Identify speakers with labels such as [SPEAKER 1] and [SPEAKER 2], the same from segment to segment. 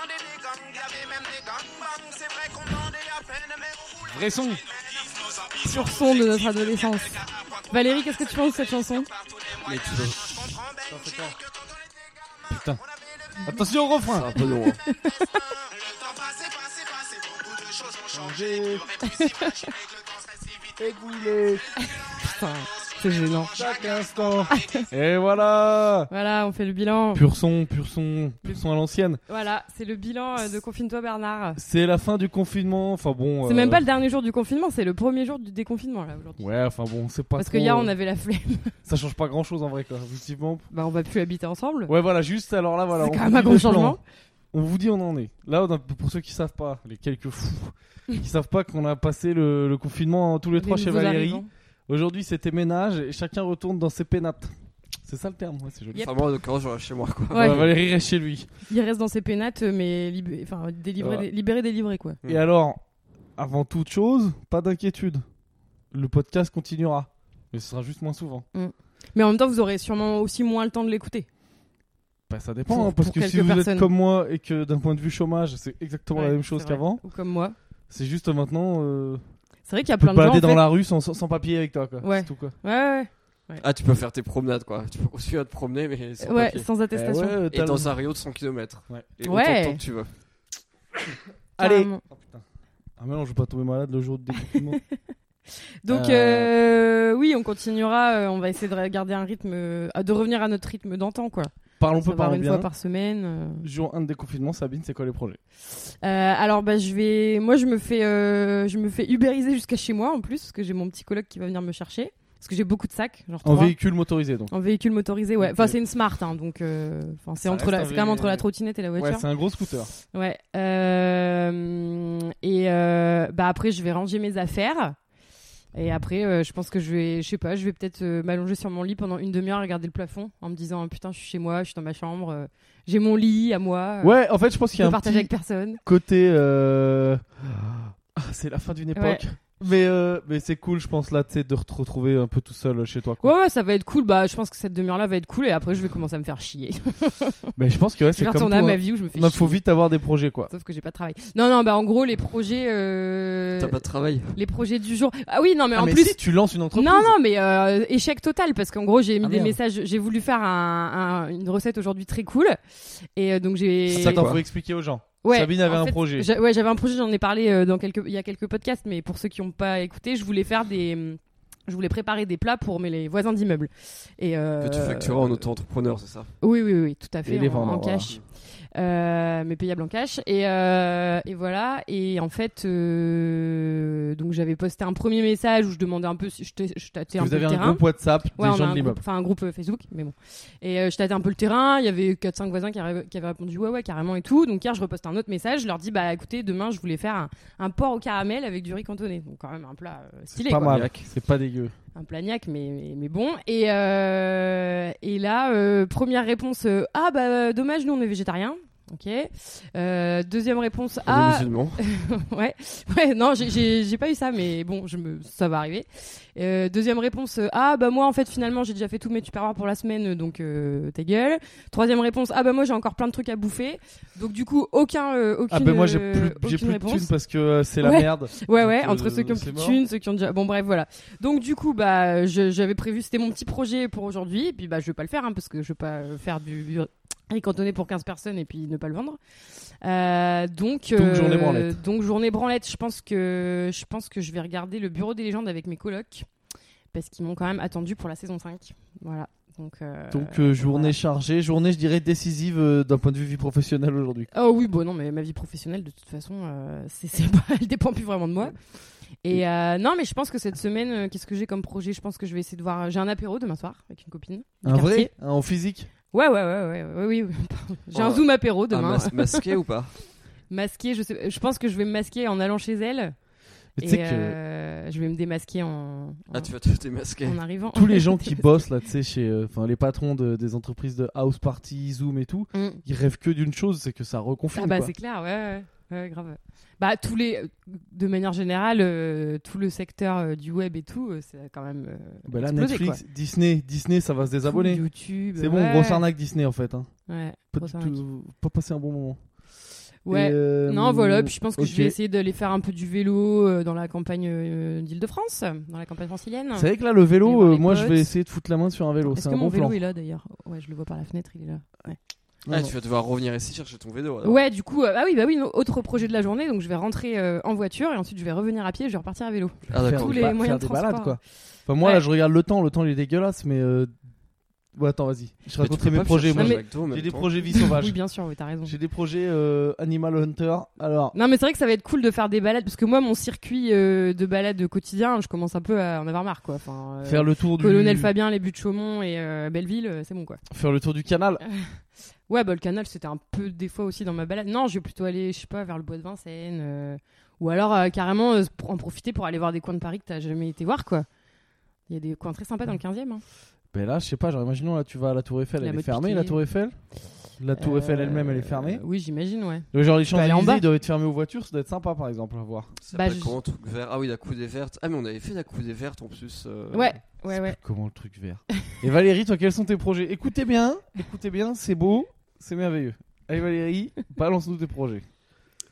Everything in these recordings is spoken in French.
[SPEAKER 1] gangs, il y avait même des gangbangs. C'est vrai qu'on demandait à peine, mais on voulait.
[SPEAKER 2] Vrai son.
[SPEAKER 3] Sur son de notre adolescence. Valérie, qu'est-ce que tu penses de cette chanson
[SPEAKER 4] Les tuyaux.
[SPEAKER 2] Putain. Attention au refrain.
[SPEAKER 4] un peu long. hein.
[SPEAKER 1] Le temps passait, passait, passait. Beaucoup de choses ont changé.
[SPEAKER 4] J'ai écoulé
[SPEAKER 3] Putain, c'est gênant.
[SPEAKER 4] chaque instant.
[SPEAKER 2] Et voilà.
[SPEAKER 3] Voilà, on fait le bilan.
[SPEAKER 2] Pur son, pur son, pur son à l'ancienne.
[SPEAKER 3] Voilà, c'est le bilan euh, de Confine-toi Bernard.
[SPEAKER 2] C'est la fin du confinement. Enfin bon.
[SPEAKER 3] C'est
[SPEAKER 2] euh,
[SPEAKER 3] même pas le dernier jour du confinement, c'est le premier jour du déconfinement là aujourd'hui.
[SPEAKER 2] Ouais, enfin bon, c'est pas
[SPEAKER 3] Parce que
[SPEAKER 2] trop-
[SPEAKER 3] hier on avait la flemme.
[SPEAKER 2] Ça change pas grand chose en vrai, quoi. Effectivement.
[SPEAKER 3] Bah on va plus habiter ensemble.
[SPEAKER 2] Ouais, voilà, juste alors là, voilà.
[SPEAKER 3] C'est
[SPEAKER 2] on
[SPEAKER 3] quand
[SPEAKER 2] vous
[SPEAKER 3] même un
[SPEAKER 2] dit
[SPEAKER 3] gros
[SPEAKER 2] le plan.
[SPEAKER 3] changement.
[SPEAKER 2] On vous dit on en est. Là, on a- pour ceux qui savent pas, les quelques fous qui savent pas qu'on a passé le, le confinement hein, tous les
[SPEAKER 3] Des
[SPEAKER 2] trois chez
[SPEAKER 3] nouveaux
[SPEAKER 2] Valérie.
[SPEAKER 3] arrivants.
[SPEAKER 2] Aujourd'hui, c'était ménage et chacun retourne dans ses pénates. C'est ça le terme, ouais, c'est joli.
[SPEAKER 3] Yep.
[SPEAKER 4] Enfin, moi, en l'occurrence, je reste chez moi, quoi.
[SPEAKER 3] Ouais,
[SPEAKER 2] Ouais, Valérie reste chez lui.
[SPEAKER 3] Il reste dans ses pénates, euh, mais lib- enfin, délivré,
[SPEAKER 2] Voilà.
[SPEAKER 3] dé- libéré, délivré quoi.
[SPEAKER 2] Et alors, avant toute chose, pas d'inquiétude. Le podcast continuera, mais ce sera juste moins souvent.
[SPEAKER 3] Mais en même temps, vous aurez sûrement aussi moins le temps de l'écouter.
[SPEAKER 2] Bah, ça dépend,
[SPEAKER 3] Pour-
[SPEAKER 2] hein, parce
[SPEAKER 3] pour
[SPEAKER 2] que si
[SPEAKER 3] quelques
[SPEAKER 2] vous
[SPEAKER 3] personnes.
[SPEAKER 2] êtes comme moi et que d'un point de vue chômage, c'est exactement la
[SPEAKER 3] Ouais,
[SPEAKER 2] même chose
[SPEAKER 3] c'est vrai.
[SPEAKER 2] qu'avant.
[SPEAKER 3] Ou comme moi.
[SPEAKER 2] C'est juste maintenant, euh,
[SPEAKER 3] C'est vrai qu'il y a
[SPEAKER 2] tu peux
[SPEAKER 3] Ah, plein
[SPEAKER 2] te
[SPEAKER 3] de gens.
[SPEAKER 2] balader
[SPEAKER 3] en
[SPEAKER 2] dans
[SPEAKER 3] fait-
[SPEAKER 2] la rue sans, sans- sans papier avec toi, quoi.
[SPEAKER 3] Ouais.
[SPEAKER 2] C'est tout, quoi.
[SPEAKER 3] Ouais, ouais,
[SPEAKER 4] Ah, tu peux faire tes promenades, quoi. Tu peux continuer à te promener, mais sans
[SPEAKER 3] ouais. Ouais,
[SPEAKER 4] papier.
[SPEAKER 3] sans attestation.
[SPEAKER 2] Eh ouais, euh,
[SPEAKER 4] Et
[SPEAKER 2] t'as le-
[SPEAKER 4] dans un rayon de 100 km.
[SPEAKER 2] Ouais.
[SPEAKER 4] Et autant
[SPEAKER 3] Ouais. Euh,
[SPEAKER 4] de temps que tu veux.
[SPEAKER 2] Allez.
[SPEAKER 3] Carrément.
[SPEAKER 2] Oh, putain. Ah, mais non, je vais pas tomber malade le jour du déconfinement.
[SPEAKER 3] Donc euh, oui, on continuera. euh, on va essayer de garder un rythme, euh, de revenir à notre rythme d'antan quoi.
[SPEAKER 2] Parlons
[SPEAKER 3] Ça
[SPEAKER 2] peu,
[SPEAKER 3] va
[SPEAKER 2] parlons
[SPEAKER 3] une
[SPEAKER 2] bien.
[SPEAKER 3] fois par semaine. euh.
[SPEAKER 2] Jour 1 de déconfinement, Sabine, c'est quoi les projets
[SPEAKER 3] Euh, alors bah je vais, moi je me fais, euh, je me fais ubériser jusqu'à chez moi en plus parce que j'ai mon petit coloc qui va venir me chercher parce que j'ai beaucoup de sacs, genre
[SPEAKER 2] En
[SPEAKER 3] trois.
[SPEAKER 2] véhicule motorisé, donc.
[SPEAKER 3] En véhicule motorisé, ouais. Enfin
[SPEAKER 2] Ok.
[SPEAKER 3] c'est une smart, hein, donc euh, enfin c'est
[SPEAKER 2] Ça
[SPEAKER 3] entre
[SPEAKER 2] reste
[SPEAKER 3] la,
[SPEAKER 2] un
[SPEAKER 3] c'est quand même entre la
[SPEAKER 2] vé-
[SPEAKER 3] trottinette et la
[SPEAKER 2] Ouais,
[SPEAKER 3] voiture.
[SPEAKER 2] c'est un gros scooter.
[SPEAKER 3] Ouais. euh, et euh, bah après je vais ranger mes affaires. Et après, euh, je pense que je vais, je sais pas, je vais peut-être euh, m'allonger sur mon lit pendant une demi-heure, regarder le plafond, en me disant putain, je suis chez moi, je suis dans ma chambre, euh, j'ai mon lit à moi, euh,
[SPEAKER 2] Ouais, en fait, je pense
[SPEAKER 3] je
[SPEAKER 2] qu'il y a
[SPEAKER 3] peux
[SPEAKER 2] un
[SPEAKER 3] partager
[SPEAKER 2] petit
[SPEAKER 3] avec personne.
[SPEAKER 2] côté. euh, ah, c'est la fin d'une époque.
[SPEAKER 3] Ouais.
[SPEAKER 2] Mais, euh, mais c'est cool, je pense, là, tu sais, de te retrouver un peu tout seul chez toi. Quoi.
[SPEAKER 3] Ouais, ouais, ça va être cool. Bah, je pense que cette demi-heure-là va être cool et après, je vais commencer à me faire chier. Oh.
[SPEAKER 2] Mais je pense que ouais,
[SPEAKER 3] je
[SPEAKER 2] c'est
[SPEAKER 3] vais
[SPEAKER 2] comme tout.
[SPEAKER 3] retourner à ma
[SPEAKER 2] hein.
[SPEAKER 3] vie où je me fais
[SPEAKER 2] Il
[SPEAKER 3] chier.
[SPEAKER 2] faut vite avoir des projets, quoi.
[SPEAKER 3] Sauf que j'ai pas de travail. Non, non, bah, en gros, les projets, euh,
[SPEAKER 4] T'as pas de travail.
[SPEAKER 3] les projets du jour. Ah oui, non, mais
[SPEAKER 2] Ah,
[SPEAKER 3] en
[SPEAKER 2] mais
[SPEAKER 3] plus.
[SPEAKER 2] si tu lances une entreprise.
[SPEAKER 3] Non, non, mais euh, échec total parce qu'en gros j'ai mis
[SPEAKER 2] Ah,
[SPEAKER 3] des
[SPEAKER 2] merde.
[SPEAKER 3] messages, j'ai voulu faire un- un- une recette aujourd'hui très cool et euh, donc j'ai.
[SPEAKER 4] Ça,
[SPEAKER 2] Attends,
[SPEAKER 4] quoi.
[SPEAKER 2] faut expliquer aux gens.
[SPEAKER 3] Ouais,
[SPEAKER 2] Sabine avait
[SPEAKER 3] en
[SPEAKER 2] un
[SPEAKER 3] fait,
[SPEAKER 2] projet.
[SPEAKER 3] j'a- Ouais, j'avais un projet, j'en ai parlé euh, dans quelques, il y a quelques podcasts, mais pour ceux qui n'ont pas écouté, je voulais faire des, je voulais préparer des plats pour mes les voisins d'immeubles. Et euh,
[SPEAKER 4] Que tu factureras en auto-entrepreneur, c'est ça
[SPEAKER 3] Oui, oui, oui, tout à fait.
[SPEAKER 2] Et les
[SPEAKER 3] en,
[SPEAKER 2] vendre,
[SPEAKER 3] en
[SPEAKER 2] voilà.
[SPEAKER 3] cash. Euh, mais payable en cash. Et, euh, et voilà. Et en fait, euh, donc j'avais posté un premier message où je demandais un peu, si je, t- je tâtais un
[SPEAKER 2] Vous
[SPEAKER 3] peu
[SPEAKER 2] avez
[SPEAKER 3] le
[SPEAKER 2] un
[SPEAKER 3] terrain.
[SPEAKER 2] groupe WhatsApp
[SPEAKER 3] Ouais,
[SPEAKER 2] des
[SPEAKER 3] on
[SPEAKER 2] gens
[SPEAKER 3] a
[SPEAKER 2] de
[SPEAKER 3] un groupe,
[SPEAKER 2] l'immeuble.
[SPEAKER 3] enfin un groupe euh, Facebook, mais bon. Et euh, je tâtais un peu le terrain, il y avait 4-5 voisins qui, arrivaient- qui avaient répondu ouais, ouais, carrément et tout. Donc hier, je reposte un autre message, je leur dis bah écoutez, demain, je voulais faire un, un porc au caramel avec du riz cantonné. Donc quand même un plat euh, stylé.
[SPEAKER 2] C'est pas
[SPEAKER 3] quoi
[SPEAKER 2] mal,
[SPEAKER 4] Yak.
[SPEAKER 2] c'est pas dégueu.
[SPEAKER 3] un plagnac, mais, mais, mais bon. Et, euh, et là, euh, première réponse, euh, ah bah euh, dommage, nous on est végétariens. Ok. Euh, deuxième réponse,
[SPEAKER 4] On est
[SPEAKER 3] ah
[SPEAKER 4] musulman.
[SPEAKER 3] ouais, ouais, non, j'ai- j'ai j'ai pas eu ça, mais bon, je me, ça va arriver. Euh, deuxième réponse, euh, ah bah moi en fait finalement j'ai déjà fait tous mes tupperwares pour la semaine, donc euh, ta gueule. Troisième réponse, ah bah moi j'ai encore plein de trucs à bouffer, donc du coup aucun, euh, aucune,
[SPEAKER 2] Ah, ben moi, j'ai
[SPEAKER 3] euh,
[SPEAKER 2] plus, j'ai
[SPEAKER 3] aucune
[SPEAKER 2] plus de
[SPEAKER 3] réponse.
[SPEAKER 2] thunes parce que euh, c'est la
[SPEAKER 3] Ouais.
[SPEAKER 2] merde.
[SPEAKER 3] Ouais,
[SPEAKER 2] Donc,
[SPEAKER 3] ouais,
[SPEAKER 2] euh,
[SPEAKER 3] entre ceux qui ont plus
[SPEAKER 2] c'est
[SPEAKER 3] de
[SPEAKER 2] mort.
[SPEAKER 3] thunes, ceux qui ont déjà. Bon, bref, voilà. Donc, du coup, bah, je- j'avais prévu, c'était mon petit projet pour aujourd'hui, et puis bah, je vais pas le faire, hein, parce que je vais pas euh, faire du. du riz cantonné pour 15 personnes et puis ne pas le vendre. Euh, donc, euh,
[SPEAKER 2] journée branlette.
[SPEAKER 3] Donc journée branlette, je pense que je pense que je vais regarder le bureau des légendes avec mes colocs parce qu'ils m'ont quand même attendu pour la saison 5. Voilà. Donc, euh,
[SPEAKER 2] Donc, euh, journée
[SPEAKER 3] voilà.
[SPEAKER 2] chargée, journée, je dirais, décisive euh, d'un point de vue vie professionnelle aujourd'hui.
[SPEAKER 3] Oh oui, bon non, mais ma vie professionnelle, de toute façon, euh, c'est, c'est pas, elle dépend plus vraiment de moi. Et euh, non, mais je pense que cette semaine, euh, qu'est-ce que j'ai comme projet Je pense que je vais essayer de voir. J'ai un apéro demain soir avec une copine. du
[SPEAKER 2] Un
[SPEAKER 3] quartier.
[SPEAKER 2] vrai hein, En physique
[SPEAKER 3] Ouais, ouais, ouais, ouais, ouais, oui, oui. pardon. J'ai un
[SPEAKER 2] Oh,
[SPEAKER 4] Ouais.
[SPEAKER 3] zoom apéro
[SPEAKER 4] Ah,
[SPEAKER 3] demain.
[SPEAKER 4] mas- masqué ou pas
[SPEAKER 3] Masqué, je sais. Je pense que je vais me masquer en allant chez elle.
[SPEAKER 2] Mais
[SPEAKER 3] Et
[SPEAKER 2] Tu sais que.
[SPEAKER 3] euh, je vais me démasquer en, en,
[SPEAKER 4] Ah, tu vas te démasquer.
[SPEAKER 3] en arrivant.
[SPEAKER 2] tous les gens qui bossent là, tu sais, chez euh, enfin, les patrons de- des entreprises de house party, Zoom et tout,
[SPEAKER 3] Mm.
[SPEAKER 2] ils rêvent que d'une chose, c'est que ça reconfine.
[SPEAKER 3] Ah bah
[SPEAKER 2] quoi.
[SPEAKER 3] c'est clair, ouais, ouais, ouais, ouais, grave. Bah tous les, de manière générale, euh, tout le secteur euh, du web et tout, euh, c'est quand même. euh,
[SPEAKER 2] Bah là,
[SPEAKER 3] explosé,
[SPEAKER 2] Netflix, Disney, Disney, ça va se
[SPEAKER 3] quoi. Tout
[SPEAKER 2] désabonner.
[SPEAKER 3] YouTube.
[SPEAKER 2] C'est bon,
[SPEAKER 3] ouais.
[SPEAKER 2] grosse arnaque Disney en fait. Hein.
[SPEAKER 3] Ouais,
[SPEAKER 2] Pas,
[SPEAKER 3] grosse
[SPEAKER 2] du
[SPEAKER 3] arnaque.
[SPEAKER 2] tout- pas passer un bon moment.
[SPEAKER 3] Ouais.
[SPEAKER 5] Et, euh,
[SPEAKER 3] Non, voilà, puis je pense que je vais
[SPEAKER 5] ok.
[SPEAKER 3] essayer d'aller faire un peu du vélo euh, dans la campagne euh, d'Île-de-France, dans la campagne francilienne.
[SPEAKER 2] C'est vrai que là, le
[SPEAKER 3] Aller
[SPEAKER 2] vélo,
[SPEAKER 3] voir
[SPEAKER 2] euh,
[SPEAKER 3] les
[SPEAKER 2] moi, je
[SPEAKER 3] potes.
[SPEAKER 2] vais essayer de foutre la main sur un vélo.
[SPEAKER 3] Est-ce
[SPEAKER 2] C'est
[SPEAKER 3] que
[SPEAKER 2] un
[SPEAKER 3] mon
[SPEAKER 2] bon
[SPEAKER 3] vélo
[SPEAKER 2] plan.
[SPEAKER 3] est là d'ailleurs Ouais, je le vois par la fenêtre, il est là.
[SPEAKER 2] Non,
[SPEAKER 4] Ah,
[SPEAKER 2] non.
[SPEAKER 4] tu vas devoir revenir ici chercher ton vélo. alors.
[SPEAKER 3] Ouais, du coup, euh, ah oui, bah oui, no- autre projet de la journée, donc je vais rentrer euh, en voiture et ensuite je vais revenir à pied et je vais repartir à vélo.
[SPEAKER 4] Ah,
[SPEAKER 5] Faire
[SPEAKER 4] d'accord.
[SPEAKER 3] tous
[SPEAKER 5] des
[SPEAKER 3] les
[SPEAKER 5] ba-
[SPEAKER 3] moyens
[SPEAKER 5] faire
[SPEAKER 3] de
[SPEAKER 5] des
[SPEAKER 3] transport.
[SPEAKER 5] balades, quoi.
[SPEAKER 2] Enfin, moi,
[SPEAKER 3] Ouais.
[SPEAKER 2] là, je regarde le temps. Le temps, il est dégueulasse, mais. euh, Bon, attends, vas-y. Je
[SPEAKER 4] Mais tu peux
[SPEAKER 2] raconterai mes
[SPEAKER 4] pas
[SPEAKER 2] projets.
[SPEAKER 4] chercher
[SPEAKER 2] Moi,
[SPEAKER 4] un
[SPEAKER 3] Non, mais-
[SPEAKER 4] McDo en même
[SPEAKER 2] j'ai des
[SPEAKER 4] temps.
[SPEAKER 2] projets vie sauvage.
[SPEAKER 3] Oui, bien sûr, oui, t'as raison.
[SPEAKER 2] J'ai des projets euh, Animal Hunter. Alors,
[SPEAKER 3] Non, mais c'est vrai que ça va être cool de faire des balades, parce que moi, mon circuit euh, de balade quotidien, je commence un peu à en avoir marre, quoi. Enfin, euh,
[SPEAKER 2] faire le tour du.
[SPEAKER 3] Colonel Fabien, les buts de Chaumont et euh, Belleville, euh, c'est bon, quoi.
[SPEAKER 2] Faire le tour du canal.
[SPEAKER 3] Ouais, bah, le canal, c'était un peu des fois aussi dans ma balade. Non, je vais plutôt aller, je sais pas, vers le bois de Vincennes. euh, ou alors, euh, carrément, euh, pour- en profiter pour aller voir des coins de Paris que t'as jamais été voir, quoi. Il y a des coins très sympas dans le 15 e
[SPEAKER 2] Ben là, je sais pas, genre, imaginons, là, tu vas à la Tour Eiffel,
[SPEAKER 3] La
[SPEAKER 2] elle est
[SPEAKER 3] mode
[SPEAKER 2] fermée,
[SPEAKER 3] piquée. Euh,
[SPEAKER 2] la Tour Eiffel La Tour Eiffel elle-même, elle est fermée.
[SPEAKER 3] Oui, j'imagine, ouais.
[SPEAKER 2] Le genre, les
[SPEAKER 3] peux aller bah, en
[SPEAKER 2] Champs-Élysées
[SPEAKER 3] bas.
[SPEAKER 2] ils doivent être fermés aux voitures, ça doit être sympa, par exemple, à voir.
[SPEAKER 4] C'est
[SPEAKER 3] Bah,
[SPEAKER 4] pas
[SPEAKER 3] je-
[SPEAKER 4] comment, truc vert Ah oui, la coude des vertes. Ah, mais on avait fait la coude des vertes en plus. euh,
[SPEAKER 3] Ouais, ouais, ouais.
[SPEAKER 2] Comment le truc vert Et Valérie, toi, quels sont tes projets Écoutez bien, écoutez bien, c'est beau, c'est merveilleux. Allez, Valérie, balance-nous tes projets.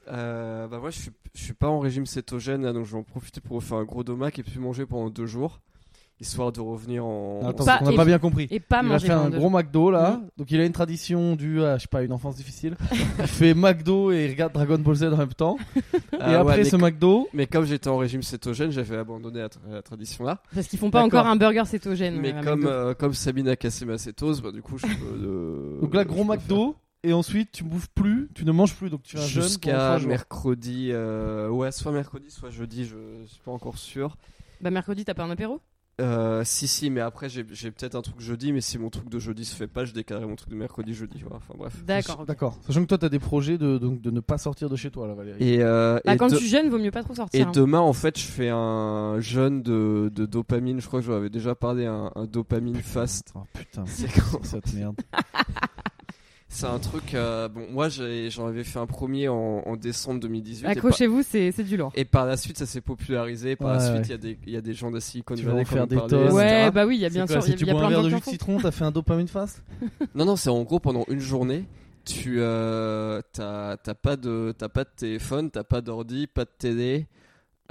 [SPEAKER 4] Euh, bah moi je suis, je suis pas en régime cétogène là, donc je vais en profiter pour faire un gros domac et puis manger pendant deux jours histoire de revenir en
[SPEAKER 2] Attends,
[SPEAKER 3] Pas-
[SPEAKER 2] parce qu'on n'a
[SPEAKER 3] et-
[SPEAKER 2] pas bien compris.
[SPEAKER 3] Et pas
[SPEAKER 2] il va
[SPEAKER 3] manger Mmh.
[SPEAKER 2] faire
[SPEAKER 3] pendant
[SPEAKER 2] un
[SPEAKER 3] deux
[SPEAKER 2] gros McDo là,
[SPEAKER 3] Oui.
[SPEAKER 2] donc il a une tradition du, ah, je sais pas, une enfance difficile. il fait McDo et il regarde Dragon Ball Z en même temps.
[SPEAKER 4] Ah,
[SPEAKER 2] et
[SPEAKER 4] ouais,
[SPEAKER 2] après
[SPEAKER 4] mais,
[SPEAKER 2] ce McDo,
[SPEAKER 4] mais comme j'étais en régime cétogène j'avais abandonné la, tra- la tradition là
[SPEAKER 3] Parce qu'ils font pas
[SPEAKER 2] D'accord.
[SPEAKER 3] encore un burger cétogène.
[SPEAKER 4] mais
[SPEAKER 3] euh, à
[SPEAKER 4] comme
[SPEAKER 3] McDo.
[SPEAKER 4] euh, comme Sabine a cassé ma cétose bah du coup je peux euh,
[SPEAKER 2] donc là
[SPEAKER 4] je
[SPEAKER 2] gros
[SPEAKER 4] peux
[SPEAKER 2] McDo et ensuite tu bouffes plus, tu ne manges plus, donc tu es
[SPEAKER 4] faire
[SPEAKER 2] un jeune pendant trois
[SPEAKER 4] jusqu'à
[SPEAKER 2] jours.
[SPEAKER 4] mercredi euh, ouais soit mercredi soit jeudi je suis pas encore sûr
[SPEAKER 3] Bah, mercredi, t'as pas un apéro
[SPEAKER 4] Euh, si si mais après j'ai j'ai peut-être un truc jeudi mais si mon truc de jeudi se fait pas je décalerai mon truc de mercredi jeudi voilà. enfin bref
[SPEAKER 3] D'accord. ok.
[SPEAKER 2] D'accord. Sachant que toi t'as des projets de donc de ne pas sortir de chez toi là, Valérie.
[SPEAKER 4] et, euh,
[SPEAKER 3] Bah,
[SPEAKER 4] et
[SPEAKER 3] quand
[SPEAKER 4] de-
[SPEAKER 3] tu jeûnes, vaut mieux pas trop
[SPEAKER 4] Et
[SPEAKER 3] sortir. hein.
[SPEAKER 4] demain, en fait, je fais un jeûne de, de dopamine. Je crois que je vous avais déjà parlé, un, un dopamine fast.
[SPEAKER 2] Oh putain,
[SPEAKER 4] C'est quand-
[SPEAKER 2] cette merde.
[SPEAKER 4] c'est un truc. euh, bon, moi, j'ai- j'en avais fait un premier en, en décembre 2018. et par-
[SPEAKER 3] Accrochez-vous, c'est c'est du lourd.
[SPEAKER 4] Et par la suite, ça s'est popularisé. Par la
[SPEAKER 2] Ouais, ouais.
[SPEAKER 4] suite, il y a des- il y, a des gens de Silicon
[SPEAKER 2] Tu vas en
[SPEAKER 4] Valley qui en
[SPEAKER 2] faire
[SPEAKER 4] ont
[SPEAKER 2] des
[SPEAKER 4] parlé,
[SPEAKER 2] tonnes.
[SPEAKER 4] etc.
[SPEAKER 3] Ouais, bah oui, il y a
[SPEAKER 2] C'est
[SPEAKER 3] bien
[SPEAKER 2] quoi,
[SPEAKER 3] sûr, il
[SPEAKER 2] si
[SPEAKER 3] y a-
[SPEAKER 2] tu
[SPEAKER 3] il y a
[SPEAKER 2] bois un
[SPEAKER 3] plein de
[SPEAKER 2] verre de
[SPEAKER 3] gens
[SPEAKER 2] jus de
[SPEAKER 3] qui en font.
[SPEAKER 2] citron, t'as fait un dopamine fast
[SPEAKER 4] Non, non, c'est en gros pendant une journée. Tu euh, t'as t'as pas de t'as pas de téléphone, t'as pas d'ordi, pas de télé,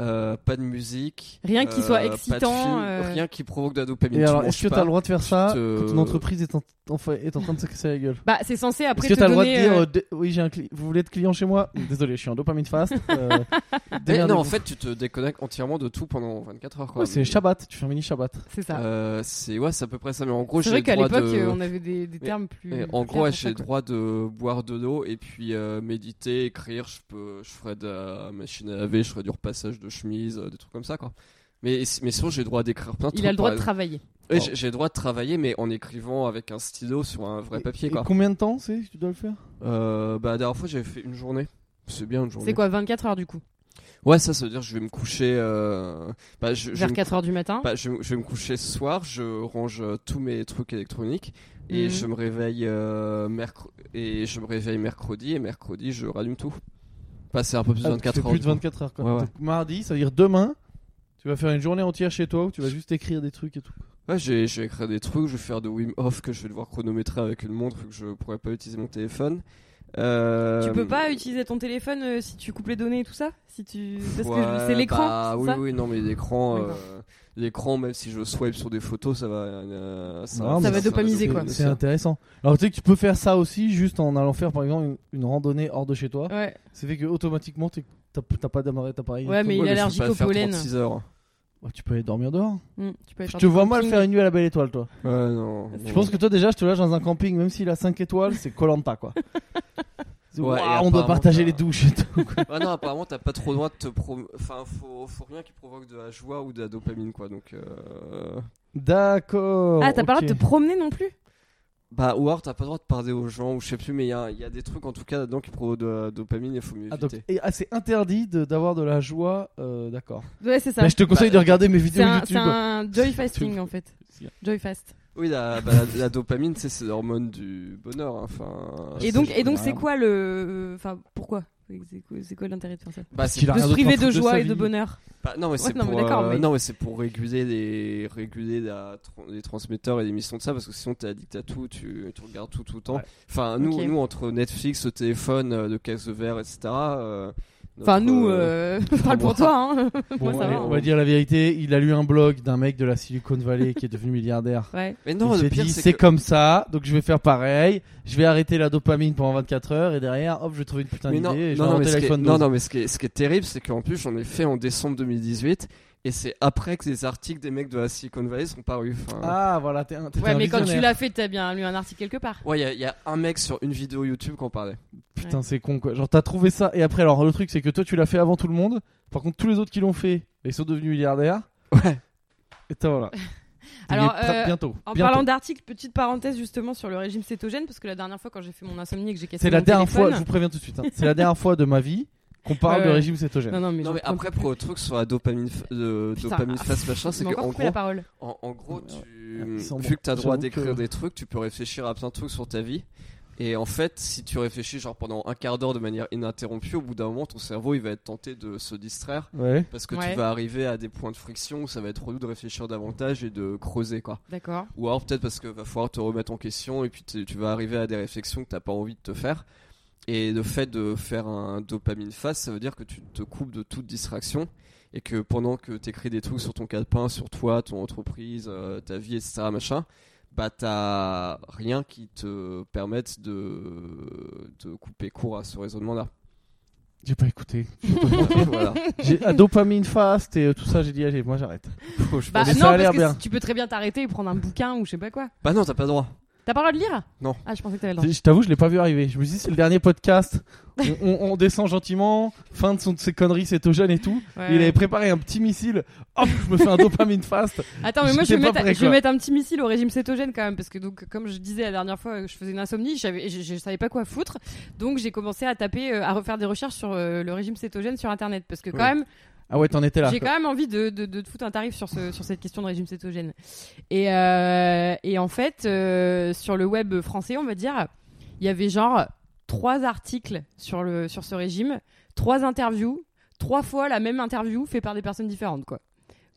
[SPEAKER 4] euh, pas de musique,
[SPEAKER 3] Rien qui
[SPEAKER 4] euh,
[SPEAKER 3] soit
[SPEAKER 4] pas de
[SPEAKER 3] excitant,
[SPEAKER 4] film,
[SPEAKER 3] euh.
[SPEAKER 4] rien qui provoque de la dopamine.
[SPEAKER 2] Et
[SPEAKER 4] Tu
[SPEAKER 2] alors,
[SPEAKER 4] manges
[SPEAKER 2] est-ce que
[SPEAKER 4] pas.
[SPEAKER 2] t'as le droit de faire ça
[SPEAKER 4] te-
[SPEAKER 2] quand ton entreprise est en, en fa- est en train de se casser la gueule
[SPEAKER 3] Bah, c'est censé
[SPEAKER 2] Est-ce
[SPEAKER 3] après
[SPEAKER 2] que
[SPEAKER 3] te
[SPEAKER 2] t'as le droit de
[SPEAKER 3] donner.
[SPEAKER 2] dire,
[SPEAKER 3] euh,
[SPEAKER 2] euh, dé- oui, j'ai un cli- vous voulez être client chez moi Désolé, je suis en dopamine fast. euh,
[SPEAKER 4] Mais non,
[SPEAKER 2] démerdez-vous.
[SPEAKER 4] en fait, tu te déconnectes entièrement de tout pendant 24 heures. Quoi.
[SPEAKER 2] Ouais, c'est
[SPEAKER 4] Mais,
[SPEAKER 2] Shabbat, tu fais un mini Shabbat.
[SPEAKER 3] C'est ça.
[SPEAKER 4] euh, c'est ouais, c'est à peu près ça. Mais en gros, j'ai
[SPEAKER 3] C'est vrai
[SPEAKER 4] le
[SPEAKER 3] qu'à
[SPEAKER 4] droit
[SPEAKER 3] l'époque,
[SPEAKER 4] de.
[SPEAKER 3] euh, on avait des, des
[SPEAKER 4] Mais-
[SPEAKER 3] termes plus.
[SPEAKER 4] mais
[SPEAKER 3] plus
[SPEAKER 4] en
[SPEAKER 3] clairs
[SPEAKER 4] gros, ouais,
[SPEAKER 3] pour ça,
[SPEAKER 4] j'ai le
[SPEAKER 3] quoi.
[SPEAKER 4] droit de boire de l'eau et puis euh, méditer, écrire. Je peux, je ferai de la machine à laver, je ferai du repassage de chemise, euh, des trucs comme ça, quoi. Mais, mais sinon, j'ai le droit d'écrire plein de trucs.
[SPEAKER 3] Il a le droit
[SPEAKER 4] par
[SPEAKER 3] de travailler.
[SPEAKER 4] exemple. Ouais, j'ai- j'ai le droit de travailler, mais en écrivant avec un stylo sur un vrai
[SPEAKER 2] Et-
[SPEAKER 4] papier,
[SPEAKER 2] et
[SPEAKER 4] quoi.
[SPEAKER 2] combien de temps c'est que tu dois le faire
[SPEAKER 4] Euh, bah, la dernière fois, j'avais fait une journée. C'est bien une journée.
[SPEAKER 3] C'est quoi, 24 heures du coup
[SPEAKER 4] Ouais, ça, ça veut dire que je vais me coucher. euh, Bah, je, je vais
[SPEAKER 3] Vers
[SPEAKER 4] me
[SPEAKER 3] 4 heures du matin
[SPEAKER 4] Bah, je, je vais me coucher ce soir, je range euh, tous mes trucs électroniques et
[SPEAKER 3] Mhm.
[SPEAKER 4] je me réveille euh, mercre- et je me réveille mercredi et mercredi je rallume tout. Bah, c'est un peu plus de
[SPEAKER 2] Ah,
[SPEAKER 4] 24
[SPEAKER 2] tu fais
[SPEAKER 4] heures.
[SPEAKER 2] Plus
[SPEAKER 4] du
[SPEAKER 2] de
[SPEAKER 4] coup.
[SPEAKER 2] 24 heures. quoi.
[SPEAKER 4] Ouais, ouais.
[SPEAKER 2] Donc, mardi, ça veut dire demain, tu vas faire une journée entière chez toi où tu vas juste écrire des trucs et tout.
[SPEAKER 4] Ouais, j'ai, j'ai écrit des trucs, je vais faire de Wim Hof que je vais devoir chronométrer avec une montre vu que je pourrais pas utiliser mon téléphone. Euh,
[SPEAKER 3] Tu peux pas utiliser ton téléphone euh, si tu coupes les données et tout ça si tu... Parce que
[SPEAKER 4] ouais,
[SPEAKER 3] c'est l'écran.
[SPEAKER 4] bah,
[SPEAKER 3] c'est
[SPEAKER 4] oui,
[SPEAKER 3] ça
[SPEAKER 4] oui, non, mais l'écran,
[SPEAKER 3] D'accord.
[SPEAKER 4] euh, l'écran, même si je swipe sur des photos, ça va. euh,
[SPEAKER 2] Non, mais
[SPEAKER 3] Ça va
[SPEAKER 2] c'est-
[SPEAKER 3] dopamiser, quoi.
[SPEAKER 2] C'est intéressant. Alors tu sais que tu peux faire ça aussi juste en allant faire par exemple une, une randonnée hors de chez toi.
[SPEAKER 3] Ouais.
[SPEAKER 2] C'est fait que automatiquement t'es- t'as t'as pas d'amarrer ta pareille.
[SPEAKER 3] Ouais, Ah, mais il est
[SPEAKER 4] est
[SPEAKER 3] allergique au pollen.
[SPEAKER 4] 36 heures.
[SPEAKER 2] tu peux aller dormir dehors.
[SPEAKER 3] Mm, tu peux aller
[SPEAKER 2] Je
[SPEAKER 3] faire
[SPEAKER 2] te
[SPEAKER 3] du
[SPEAKER 2] vois mal
[SPEAKER 3] camping.
[SPEAKER 2] faire une nuit à la belle étoile toi.
[SPEAKER 4] Ouais, non.
[SPEAKER 3] Je
[SPEAKER 2] Je
[SPEAKER 4] non.
[SPEAKER 2] pense que toi déjà je te lâche dans un camping même s'il a 5 étoiles c'est Colanta quoi. C'est,
[SPEAKER 4] Ouais,
[SPEAKER 2] Waouh,
[SPEAKER 4] et
[SPEAKER 2] on doit
[SPEAKER 4] apparemment,
[SPEAKER 2] partager
[SPEAKER 4] t'as-
[SPEAKER 2] les douches et tout. quoi.
[SPEAKER 4] Ah non, apparemment, t'as pas trop le droit de te prom... Enfin, faut, faut rien qui provoque de la joie ou de la dopamine, quoi. Donc, euh...
[SPEAKER 2] D'accord.
[SPEAKER 3] Ah, t'as pas le
[SPEAKER 2] ok.
[SPEAKER 3] droit de te promener non plus
[SPEAKER 4] Bah, ou alors, t'as pas le droit de parler aux gens, ou je sais plus, mais il y a, il y a des trucs, en tout cas, là-dedans qui provoquent de la dopamine, il faut mieux
[SPEAKER 2] Ah, donc,
[SPEAKER 4] éviter.
[SPEAKER 2] et- ah, c'est interdit de- d'avoir de la joie, euh, d'accord.
[SPEAKER 3] Ouais, c'est ça.
[SPEAKER 2] Bah, je te conseille
[SPEAKER 4] Bah,
[SPEAKER 2] de regarder mes
[SPEAKER 3] C'est
[SPEAKER 2] vidéos
[SPEAKER 3] un, c'est
[SPEAKER 2] YouTube.
[SPEAKER 3] un joy fasting en fait. Joy fast.
[SPEAKER 4] Oui, la, bah, la, la dopamine, tu sais, c'est l'hormone du bonheur, hein, enfin...
[SPEAKER 3] Et
[SPEAKER 2] c'est
[SPEAKER 3] donc,
[SPEAKER 2] juste
[SPEAKER 3] et donc
[SPEAKER 2] que-
[SPEAKER 3] c'est quoi le. Enfin, pourquoi C'est quoi, c'est quoi l'intérêt de faire ça
[SPEAKER 4] Bah,
[SPEAKER 2] Parce qu'il a
[SPEAKER 3] De
[SPEAKER 2] rien
[SPEAKER 3] se
[SPEAKER 2] d'autre à
[SPEAKER 3] priver de
[SPEAKER 2] foutre sa
[SPEAKER 3] joie et de
[SPEAKER 2] vie.
[SPEAKER 3] bonheur.
[SPEAKER 4] Bah, non, mais c'est
[SPEAKER 3] non, mais
[SPEAKER 4] pour,
[SPEAKER 3] d'accord,
[SPEAKER 4] euh,
[SPEAKER 3] mais-
[SPEAKER 4] non, mais c'est pour réguler les, réguler la tran- les transmetteurs et les missions de ça, parce que sinon t'es addict à tout, tu, tu regardes tout tout le temps.
[SPEAKER 2] Ouais.
[SPEAKER 4] Enfin, nous,
[SPEAKER 3] Ok.
[SPEAKER 4] nous entre Netflix, le téléphone, euh, le casque de verre, etc. euh,
[SPEAKER 3] Enfin,
[SPEAKER 4] notre,
[SPEAKER 3] nous,
[SPEAKER 4] euh,
[SPEAKER 3] euh, je parle pour toi. Hein.
[SPEAKER 2] Bon,
[SPEAKER 3] Moi, ça
[SPEAKER 2] allez,
[SPEAKER 3] va.
[SPEAKER 2] on va dire la vérité, il a lu un blog d'un mec de la Silicon Valley qui est devenu milliardaire.
[SPEAKER 3] Ouais.
[SPEAKER 4] Mais non,
[SPEAKER 2] il s'est
[SPEAKER 4] le pire
[SPEAKER 2] dit,
[SPEAKER 4] c'est
[SPEAKER 2] c'est
[SPEAKER 4] que-
[SPEAKER 2] comme ça, donc je vais faire pareil, je vais arrêter la dopamine pendant 24 heures et derrière, hop, je vais trouver une putain
[SPEAKER 4] Mais
[SPEAKER 2] d'idée
[SPEAKER 4] non, non,
[SPEAKER 2] et je vais
[SPEAKER 4] non, mais
[SPEAKER 2] inventer
[SPEAKER 4] ce qui est,
[SPEAKER 2] l'iPhone
[SPEAKER 4] non,
[SPEAKER 2] 12.
[SPEAKER 4] non, mais ce qui est, ce qui est terrible, c'est qu'en plus, j'en ai fait en décembre 2018, et c'est après que les articles des mecs de la Silicon Valley sont parus. Enfin,
[SPEAKER 2] Ah, voilà, t'es un t'étais
[SPEAKER 3] Ouais,
[SPEAKER 2] un
[SPEAKER 3] mais quand tu
[SPEAKER 2] visionnaire.
[SPEAKER 3] l'as fait, t'as bien lu un article quelque part.
[SPEAKER 4] Ouais, il y a- il y, a un mec sur une vidéo YouTube qu'on parlait.
[SPEAKER 2] Putain, c'est con quoi. Genre, t'as trouvé ça, et après, alors le truc, c'est que toi, tu l'as fait avant tout le monde, par contre, tous les autres qui l'ont fait, ils sont devenus milliardaires,
[SPEAKER 4] Ouais.
[SPEAKER 2] et t'as voilà.
[SPEAKER 3] Alors,
[SPEAKER 2] Mais très-
[SPEAKER 3] euh,
[SPEAKER 2] bientôt.
[SPEAKER 3] En
[SPEAKER 2] bientôt.
[SPEAKER 3] parlant d'articles, petite parenthèse justement sur le régime cétogène, parce que la dernière fois quand j'ai fait mon insomnie et que j'ai cassé
[SPEAKER 2] C'est la
[SPEAKER 3] mon
[SPEAKER 2] dernière fois, je
[SPEAKER 3] téléphone-
[SPEAKER 2] vous préviens tout de suite, hein, c'est la dernière fois de ma vie qu'on parle
[SPEAKER 3] Ouais,
[SPEAKER 2] de
[SPEAKER 3] ouais.
[SPEAKER 2] régime cétogène.
[SPEAKER 3] Non, non, mais,
[SPEAKER 4] non,
[SPEAKER 3] j'en
[SPEAKER 4] mais
[SPEAKER 3] peux
[SPEAKER 4] après,
[SPEAKER 3] plus.
[SPEAKER 4] pour le truc sur la dopamine, fa- de-
[SPEAKER 3] Putain,
[SPEAKER 4] dopamine
[SPEAKER 3] ah,
[SPEAKER 4] face machin,
[SPEAKER 3] Tu
[SPEAKER 4] c'est
[SPEAKER 3] m'as
[SPEAKER 4] que,
[SPEAKER 3] encore
[SPEAKER 4] en
[SPEAKER 3] coupé
[SPEAKER 4] gros,
[SPEAKER 3] la parole.
[SPEAKER 4] En, en gros, tu,
[SPEAKER 2] Ouais, sans
[SPEAKER 4] vu
[SPEAKER 2] bon-
[SPEAKER 4] que tu as le
[SPEAKER 2] j'avoue
[SPEAKER 4] droit d'écrire
[SPEAKER 2] que-
[SPEAKER 4] des trucs, tu peux réfléchir à plein de trucs sur ta vie. Et en fait, si tu réfléchis genre pendant un quart d'heure de manière ininterrompue, au bout d'un moment, ton cerveau il va être tenté de se distraire
[SPEAKER 2] Ouais.
[SPEAKER 4] parce que
[SPEAKER 3] Ouais.
[SPEAKER 4] tu vas arriver à des points de friction où ça va être relou de réfléchir davantage et de creuser quoi.
[SPEAKER 3] D'accord.
[SPEAKER 4] Ou alors peut-être parce que va falloir te remettre en question et puis tu tu vas arriver à des réflexions que t'as pas envie de te faire. Et le fait de faire un dopamine face, ça veut dire que tu te coupes de toute distraction et que pendant que t'écris des trucs sur ton calepin, sur toi, ton entreprise, euh, ta vie, etc., machin, bah t'as rien qui te permette de, de couper court à ce raisonnement-là.
[SPEAKER 2] J'ai pas écouté.
[SPEAKER 4] voilà.
[SPEAKER 2] J'ai ah, dopamine fast et euh, tout ça, j'ai dit, allez, moi j'arrête.
[SPEAKER 4] Faut que je
[SPEAKER 3] Bah
[SPEAKER 2] Mais
[SPEAKER 4] pense-
[SPEAKER 3] non,
[SPEAKER 2] ça a
[SPEAKER 3] parce
[SPEAKER 2] l'air
[SPEAKER 3] que
[SPEAKER 2] bien.
[SPEAKER 3] si- tu peux très bien t'arrêter et prendre un bouquin ou je sais pas quoi.
[SPEAKER 4] Bah non, t'as pas le droit.
[SPEAKER 3] T'as pas le droit de lire
[SPEAKER 4] Non.
[SPEAKER 3] Ah, je pensais que t'avais le droit.
[SPEAKER 2] Je t'avoue, je l'ai pas vu arriver. Je me suis dit, c'est le dernier podcast. On, on- on descend gentiment, fin de son de ses conneries cétogènes et tout.
[SPEAKER 3] Ouais.
[SPEAKER 2] Il avait préparé un petit missile. Hop, je me fais un dopamine fast.
[SPEAKER 3] Attends, mais moi je
[SPEAKER 2] J'étais
[SPEAKER 3] vais,
[SPEAKER 2] pas
[SPEAKER 3] mettre,
[SPEAKER 2] prêt,
[SPEAKER 3] je vais
[SPEAKER 2] quoi.
[SPEAKER 3] mettre un petit missile au régime cétogène quand même, parce que donc, comme je disais la dernière fois que je faisais une insomnie, j'avais- je, je savais pas quoi foutre, donc j'ai commencé à taper, euh, à refaire des recherches sur euh, le régime cétogène sur internet, parce que quand
[SPEAKER 4] Ouais.
[SPEAKER 3] même,
[SPEAKER 2] Ah ouais, t'en étais là.
[SPEAKER 3] J'ai
[SPEAKER 2] quoi.
[SPEAKER 3] quand même envie de, de, de te foutre un tarif sur, ce, sur cette question de régime cétogène. Et, euh, et en fait, euh, sur le web français, on va dire, il y avait genre trois articles sur, le, sur ce régime, trois interviews, trois fois la même interview faite par des personnes différentes, quoi.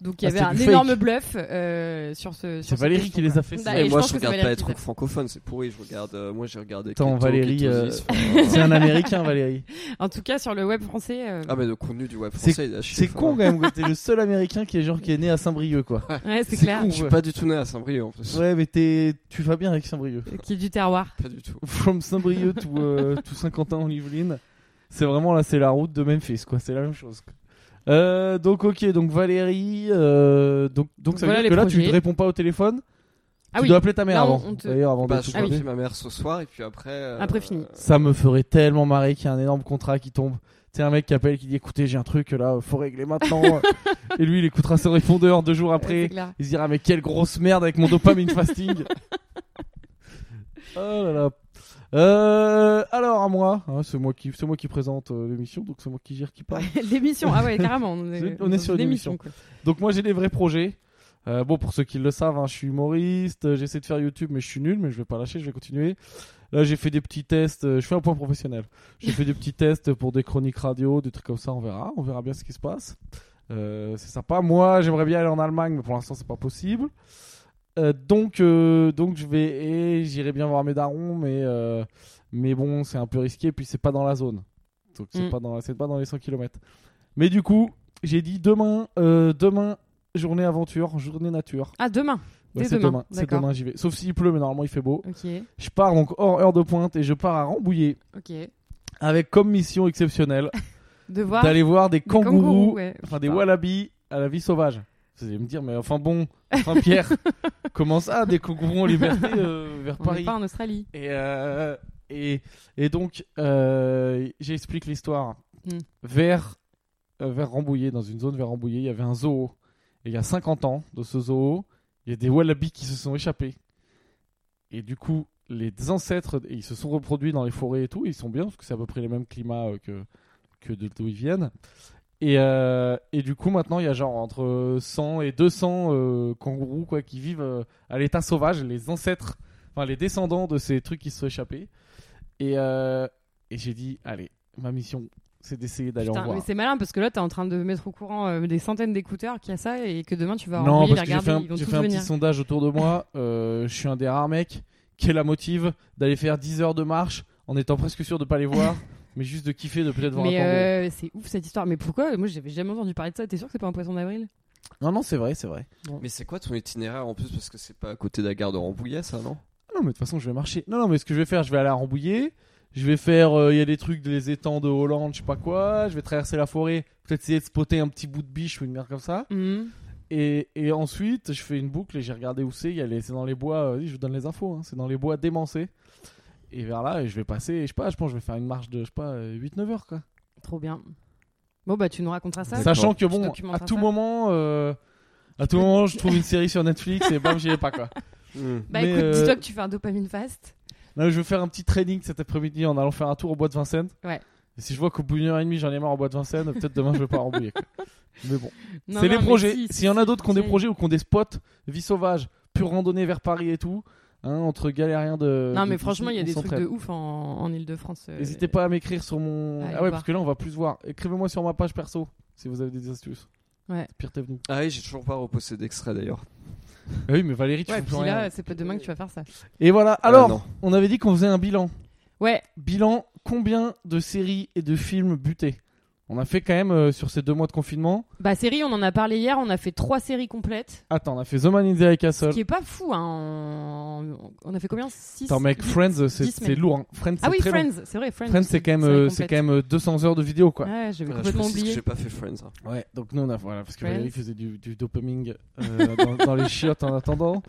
[SPEAKER 3] Donc il y
[SPEAKER 2] Ah,
[SPEAKER 3] avait
[SPEAKER 2] c'était
[SPEAKER 3] un
[SPEAKER 2] du fake.
[SPEAKER 3] énorme bluff euh, sur ce.
[SPEAKER 2] C'est
[SPEAKER 3] sur cette
[SPEAKER 2] Valérie
[SPEAKER 3] question,
[SPEAKER 2] qui les
[SPEAKER 3] quoi.
[SPEAKER 2] a fait, ça.
[SPEAKER 3] Bah,
[SPEAKER 4] Et
[SPEAKER 3] et
[SPEAKER 4] moi,
[SPEAKER 3] pense
[SPEAKER 4] je
[SPEAKER 3] que c'est
[SPEAKER 4] regarde pas
[SPEAKER 3] Valérie
[SPEAKER 4] les
[SPEAKER 3] qui
[SPEAKER 4] trucs
[SPEAKER 3] les
[SPEAKER 4] francophones, c'est pourri. Je regarde, euh, moi, j'ai regardé.
[SPEAKER 2] Attends,
[SPEAKER 4] Keto,
[SPEAKER 2] Valérie,
[SPEAKER 4] Ketosis, enfin,
[SPEAKER 2] C'est un américain, Valérie.
[SPEAKER 3] a fait. En tout cas, sur le web français. euh,
[SPEAKER 4] Ah mais le contenu du web
[SPEAKER 2] C'est-
[SPEAKER 4] français, il a chier,
[SPEAKER 2] C'est
[SPEAKER 4] enfin,
[SPEAKER 2] con quand même, quoi. t'es le seul américain qui est genre qui est né à Saint-Brieuc quoi.
[SPEAKER 3] hein. ouais, c'est
[SPEAKER 2] c'est
[SPEAKER 3] clair.
[SPEAKER 2] con.
[SPEAKER 4] Je suis pas du tout né à Saint-Brieuc en plus.
[SPEAKER 2] Ouais, mais t'es, tu vas bien avec Saint-Brieuc.
[SPEAKER 3] Qui est du terroir.
[SPEAKER 4] Pas du tout.
[SPEAKER 2] From Saint-Brieuc to, euh, to Saint-Quentin en Yvelines, c'est vraiment là, c'est la route de Memphis quoi, c'est la même chose. quoi. Euh, donc ok, donc Valérie, euh, donc donc ça veut
[SPEAKER 3] Voilà
[SPEAKER 2] dire que
[SPEAKER 3] les
[SPEAKER 2] là tu
[SPEAKER 3] projets.
[SPEAKER 2] ne réponds pas au téléphone,
[SPEAKER 3] Ah
[SPEAKER 2] tu
[SPEAKER 3] oui.
[SPEAKER 2] dois appeler ta mère
[SPEAKER 3] Là, on-
[SPEAKER 2] avant.
[SPEAKER 3] on te-
[SPEAKER 2] D'ailleurs avant
[SPEAKER 4] Bah,
[SPEAKER 2] de
[SPEAKER 4] je
[SPEAKER 2] tout
[SPEAKER 4] suis
[SPEAKER 2] couper.
[SPEAKER 4] chez ma mère ce soir et puis après. euh,
[SPEAKER 3] Après, fini.
[SPEAKER 2] Ça me ferait tellement marrer qu'il y a un énorme contrat qui tombe. C'est un mec qui appelle qui dit écoutez j'ai un truc là, faut régler maintenant. et lui il écoutera son répondeur deux jours
[SPEAKER 3] Ouais,
[SPEAKER 2] après.
[SPEAKER 3] c'est clair.
[SPEAKER 2] Il se dira mais quelle grosse merde avec mon dopamine fasting. oh là là. Euh, alors à moi, hein, c'est moi qui c'est moi qui présente euh, l'émission donc c'est moi qui gère qui parle.
[SPEAKER 3] L'émission, ah ouais, carrément. On
[SPEAKER 2] C'est-
[SPEAKER 3] est,
[SPEAKER 2] on est sur une émission.
[SPEAKER 3] quoi.
[SPEAKER 2] Donc moi j'ai des vrais projets. Euh, bon pour ceux qui le savent, hein, je suis humoriste, euh, j'essaie de faire YouTube mais je suis nul mais je vais pas lâcher, je vais continuer. Là j'ai fait des petits tests, euh, je fais un point professionnel. J'ai fait des petits tests pour des chroniques radio, des trucs comme ça, on verra, on verra bien ce qui se passe. Euh, c'est sympa. Moi j'aimerais bien aller en Allemagne mais pour l'instant c'est pas possible. Euh, donc euh, donc je vais et j'irai bien voir mes darons mais euh, mais bon c'est un peu risqué puis c'est pas dans la zone. Donc c'est
[SPEAKER 3] Mm.
[SPEAKER 2] pas dans c'est pas dans les 100 km. Mais du coup, j'ai dit demain, euh, demain, journée aventure, journée nature.
[SPEAKER 3] Ah, demain.
[SPEAKER 2] Ouais,
[SPEAKER 3] Dès
[SPEAKER 2] c'est
[SPEAKER 3] demain,
[SPEAKER 2] demain, c'est
[SPEAKER 3] d'accord. Mm.
[SPEAKER 2] demain, j'y vais. Sauf s'il pleut, mais normalement il fait beau.
[SPEAKER 3] Ok,
[SPEAKER 2] Je pars donc hors heure de pointe et je pars à Rambouillet
[SPEAKER 3] ok.
[SPEAKER 2] avec comme mission exceptionnelle
[SPEAKER 3] De voir.
[SPEAKER 2] d'aller voir des
[SPEAKER 3] Des
[SPEAKER 2] kangourous,
[SPEAKER 3] ouais.
[SPEAKER 2] enfin des wallabies à la vie sauvage. Vous allez me dire, mais enfin bon, enfin Pierre, comment ça, des kangourous en liberté euh, vers
[SPEAKER 3] On n'est
[SPEAKER 2] Paris
[SPEAKER 3] pas en Australie.
[SPEAKER 2] Et, euh, et, et donc, euh, j'explique l'histoire.
[SPEAKER 3] Hmm.
[SPEAKER 2] Vers, euh, vers Rambouillet, dans une zone vers Rambouillet, il y avait un zoo. Et il y a 50 ans de ce zoo, il y a des wallabies qui se sont échappés. Et du coup, les ancêtres, et ils se sont reproduits dans les forêts et tout, et ils sont bien, parce que c'est à peu près les mêmes climats euh, que, que de- d'où ils viennent. Et, euh, et du coup, maintenant, il y a genre entre 100 et 200 euh, kangourous quoi, qui vivent euh, à l'état sauvage, les ancêtres enfin les descendants de ces trucs qui se sont échappés. Et, euh, et j'ai dit, allez, ma mission, c'est d'essayer d'aller en
[SPEAKER 3] Putain,
[SPEAKER 2] voir.
[SPEAKER 3] mais c'est malin parce que là, t'es en train de mettre au courant euh, des centaines d'écouteurs qui a ça et que demain tu vas
[SPEAKER 2] Non,
[SPEAKER 3] envoyer les
[SPEAKER 2] parce que j'ai
[SPEAKER 3] regarder,
[SPEAKER 2] fait un,
[SPEAKER 3] ils vont
[SPEAKER 2] j'ai
[SPEAKER 3] tous
[SPEAKER 2] fait un petit
[SPEAKER 3] venir.
[SPEAKER 2] sondage autour de moi. Euh, je suis un des rares mecs qui est la motive d'aller faire 10 heures de marche en étant presque sûr de pas les voir, mais juste de kiffer de peut-être voir un
[SPEAKER 3] Mais
[SPEAKER 2] kangourou.
[SPEAKER 3] euh, c'est ouf cette histoire. Mais pourquoi Moi, j'avais jamais entendu parler de ça. T'es sûr que c'est pas un poisson d'avril
[SPEAKER 2] Non, non, c'est vrai, c'est vrai.
[SPEAKER 4] Mais c'est quoi ton itinéraire en plus Parce que c'est pas à côté de la gare de Rambouillet, ça, non
[SPEAKER 2] Non, mais de toute façon, je vais marcher. Non, non, mais ce que je vais faire, je vais aller à Rambouillet. Je vais faire. euh, Il y a des trucs, des étangs de Hollande, je sais pas quoi. Je vais traverser la forêt. Peut-être essayer de spotter un petit bout de biche ou une merde comme ça. Et, et ensuite, je fais une boucle et j'ai regardé où c'est. il y a les- C'est dans les bois. euh, je vous donne les infos. hein, c'est dans les bois démencés. Et vers là, et je vais passer. Je sais pas, je pense que je vais faire une marche de, je sais pas, 8-9 heures quoi.
[SPEAKER 3] Trop bien. Bon, bah, tu nous raconteras ça.
[SPEAKER 4] Ça-
[SPEAKER 2] Sachant que
[SPEAKER 3] Tu
[SPEAKER 2] bon, à
[SPEAKER 3] documenteras
[SPEAKER 2] tout
[SPEAKER 3] ça.
[SPEAKER 2] moment. euh, à tout moment, je trouve une série sur Netflix et bam, j'y vais pas quoi.
[SPEAKER 3] Bah,
[SPEAKER 2] mais,
[SPEAKER 3] écoute,
[SPEAKER 2] euh,
[SPEAKER 3] dis-toi que tu fais un dopamine fast.
[SPEAKER 2] Là, je vais faire un petit training cet après-midi en allant faire un tour au bois de Vincennes.
[SPEAKER 3] Ouais.
[SPEAKER 2] Et si je vois qu'au bout d'une heure et demie, j'en ai marre au bois de Vincennes, peut-être demain, je vais pas à Rambouillet. quoi. Mais bon,
[SPEAKER 3] Non,
[SPEAKER 2] c'est
[SPEAKER 3] non,
[SPEAKER 2] les
[SPEAKER 3] mais
[SPEAKER 2] projets.
[SPEAKER 3] si,
[SPEAKER 2] S'il
[SPEAKER 3] si,
[SPEAKER 2] y en a
[SPEAKER 3] si,
[SPEAKER 2] d'autres qui ont des
[SPEAKER 3] si.
[SPEAKER 2] projets ou qui ont des spots, vie sauvage, pure randonnée vers Paris et tout, hein, entre galériens de.
[SPEAKER 3] Non,
[SPEAKER 2] de
[SPEAKER 3] mais
[SPEAKER 2] Titi,
[SPEAKER 3] franchement, il y a
[SPEAKER 2] on
[SPEAKER 3] des trucs
[SPEAKER 2] s'entraide.
[SPEAKER 3] de ouf en, en Ile-de-France. euh,
[SPEAKER 2] N'hésitez pas à m'écrire sur mon.
[SPEAKER 3] allez
[SPEAKER 2] ah ouais,
[SPEAKER 3] voir.
[SPEAKER 2] parce que là, on va plus se voir. Écrivez-moi sur ma page perso si vous avez des astuces.
[SPEAKER 3] Ouais.
[SPEAKER 2] Pire t'es venu.
[SPEAKER 4] Ah oui, j'ai toujours pas reposté d'extrait d'ailleurs. Euh,
[SPEAKER 2] Ah oui, mais Valérie, tu
[SPEAKER 3] Ouais,
[SPEAKER 2] fais
[SPEAKER 3] puis
[SPEAKER 2] plus rien. Ah,
[SPEAKER 3] là, c'est pas demain que tu vas faire ça.
[SPEAKER 2] Et voilà.
[SPEAKER 4] Euh,
[SPEAKER 2] Alors,
[SPEAKER 4] non.
[SPEAKER 2] on avait dit qu'on faisait un bilan.
[SPEAKER 3] Ouais,
[SPEAKER 2] Bilan, combien de séries et de films butés On a fait quand même euh, sur ces deux mois de confinement.
[SPEAKER 3] bah série, on en a parlé hier, on a fait trois séries complètes.
[SPEAKER 2] Attends, on a fait The Man in the High
[SPEAKER 3] Ce
[SPEAKER 2] Castle.
[SPEAKER 3] qui est pas fou, hein. On, on a fait combien 6
[SPEAKER 2] Attends, mec, Friends, c'est
[SPEAKER 3] dix
[SPEAKER 2] c'est
[SPEAKER 3] semaines.
[SPEAKER 2] lourd. hein. Friends, c'est
[SPEAKER 3] Ah oui,
[SPEAKER 2] très long.
[SPEAKER 3] Friends, c'est vrai, Friends.
[SPEAKER 2] Friends, c'est quand même,
[SPEAKER 3] série
[SPEAKER 2] euh, c'est
[SPEAKER 3] complète.
[SPEAKER 2] quand même euh, 200 heures de vidéo, quoi.
[SPEAKER 3] Ouais, j'avais
[SPEAKER 4] Ah, je
[SPEAKER 3] complètement
[SPEAKER 4] précise que
[SPEAKER 3] oublié.
[SPEAKER 4] J'ai pas fait Friends. hein.
[SPEAKER 2] Ouais. Donc nous, on a voilà, parce que
[SPEAKER 3] Friends.
[SPEAKER 2] Valérie faisait du, du dopamine euh, dans, dans les chiottes en attendant.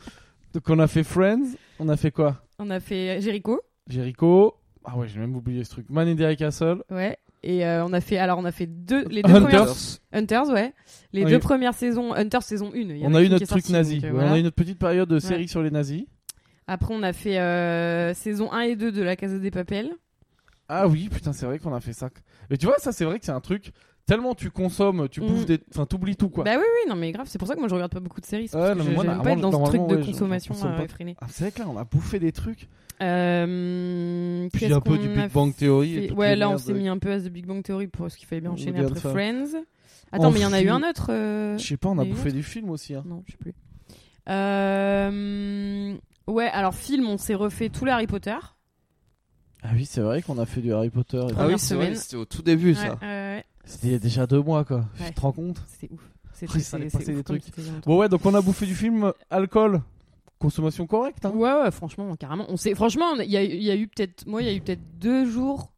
[SPEAKER 2] Donc on a fait Friends. On a fait quoi
[SPEAKER 3] On a fait euh, Jericho,
[SPEAKER 2] Jericho. Ah ouais, j'ai même oublié ce truc. Man in the High Castle.
[SPEAKER 3] ouais. Et euh, on a fait, alors on a fait deux, les deux
[SPEAKER 2] Hunters.
[SPEAKER 3] premières, Hunters, ouais. Les
[SPEAKER 2] On a
[SPEAKER 3] deux
[SPEAKER 2] eu-
[SPEAKER 3] premières saisons, Hunters saison 1.
[SPEAKER 2] On a eu notre truc nazi. Ouais, On a eu notre petite période de série
[SPEAKER 3] Ouais.
[SPEAKER 2] sur les nazis.
[SPEAKER 3] euh, Après, on a fait euh, saison 1 et 2 de La Casa des Papels.
[SPEAKER 2] Ah oui, putain, c'est vrai qu'on a fait ça. Mais tu vois, ça, c'est vrai que c'est un truc. Tellement tu consommes, tu
[SPEAKER 3] Mm.
[SPEAKER 2] bouffes des. Enfin, t'oublies tout, quoi.
[SPEAKER 3] Bah oui, oui, non, mais grave, c'est pour ça que moi je regarde pas beaucoup de séries. c'est
[SPEAKER 2] Ouais,
[SPEAKER 3] parce
[SPEAKER 2] non,
[SPEAKER 3] que
[SPEAKER 2] mais moi,
[SPEAKER 3] je- j'aime pas être
[SPEAKER 2] normalement,
[SPEAKER 3] dans ce truc de
[SPEAKER 2] ouais, je- je
[SPEAKER 3] consommation
[SPEAKER 2] consomme
[SPEAKER 3] euh,
[SPEAKER 2] pas.
[SPEAKER 3] effrénée.
[SPEAKER 2] Ah, c'est vrai que là, on a bouffé des trucs.
[SPEAKER 3] Euh,
[SPEAKER 2] Puis
[SPEAKER 3] qu'est-ce
[SPEAKER 2] un peu
[SPEAKER 3] qu'on
[SPEAKER 2] du
[SPEAKER 3] a
[SPEAKER 2] Big Bang Theory. et
[SPEAKER 3] fait
[SPEAKER 2] toutes
[SPEAKER 3] Ouais,
[SPEAKER 2] les
[SPEAKER 3] là, on
[SPEAKER 2] merdes.
[SPEAKER 3] s'est mis un peu à The Big Bang Theory pour ce qu'il fallait bien
[SPEAKER 2] Woody
[SPEAKER 3] enchaîner après
[SPEAKER 2] Alpha.
[SPEAKER 3] Friends. Attends,
[SPEAKER 2] En
[SPEAKER 3] mais il y en a eu
[SPEAKER 2] film.
[SPEAKER 3] un autre. euh,
[SPEAKER 2] Je sais pas, on a
[SPEAKER 3] Et
[SPEAKER 2] bouffé du film aussi. Hein.
[SPEAKER 3] Non, je sais plus. Euh, Ouais, alors film, on s'est refait tout les Harry Potter.
[SPEAKER 2] Ah oui, c'est vrai qu'on a fait du Harry Potter. et tout.
[SPEAKER 4] Ah
[SPEAKER 3] Première
[SPEAKER 4] oui, c'est vrai,
[SPEAKER 3] semaine.
[SPEAKER 4] c'était au tout début
[SPEAKER 3] Ouais,
[SPEAKER 4] ça.
[SPEAKER 3] ouais, ouais.
[SPEAKER 2] C'était il y a déjà deux mois, quoi.
[SPEAKER 3] Ouais.
[SPEAKER 2] Tu te rends compte
[SPEAKER 3] C'était ouf. C'était
[SPEAKER 2] Oh, il fallait
[SPEAKER 3] c'est-
[SPEAKER 2] passer
[SPEAKER 3] c'est
[SPEAKER 2] des
[SPEAKER 3] ouf comme
[SPEAKER 2] trucs.
[SPEAKER 3] c'était il y a longtemps.
[SPEAKER 2] Bon, ouais, donc on a bouffé du film, alcool, consommation correcte. Hein.
[SPEAKER 3] Ouais, ouais, franchement, carrément. On s'est- Franchement, on- il y a, il y a eu peut-être. Moi, il y a eu peut-être deux jours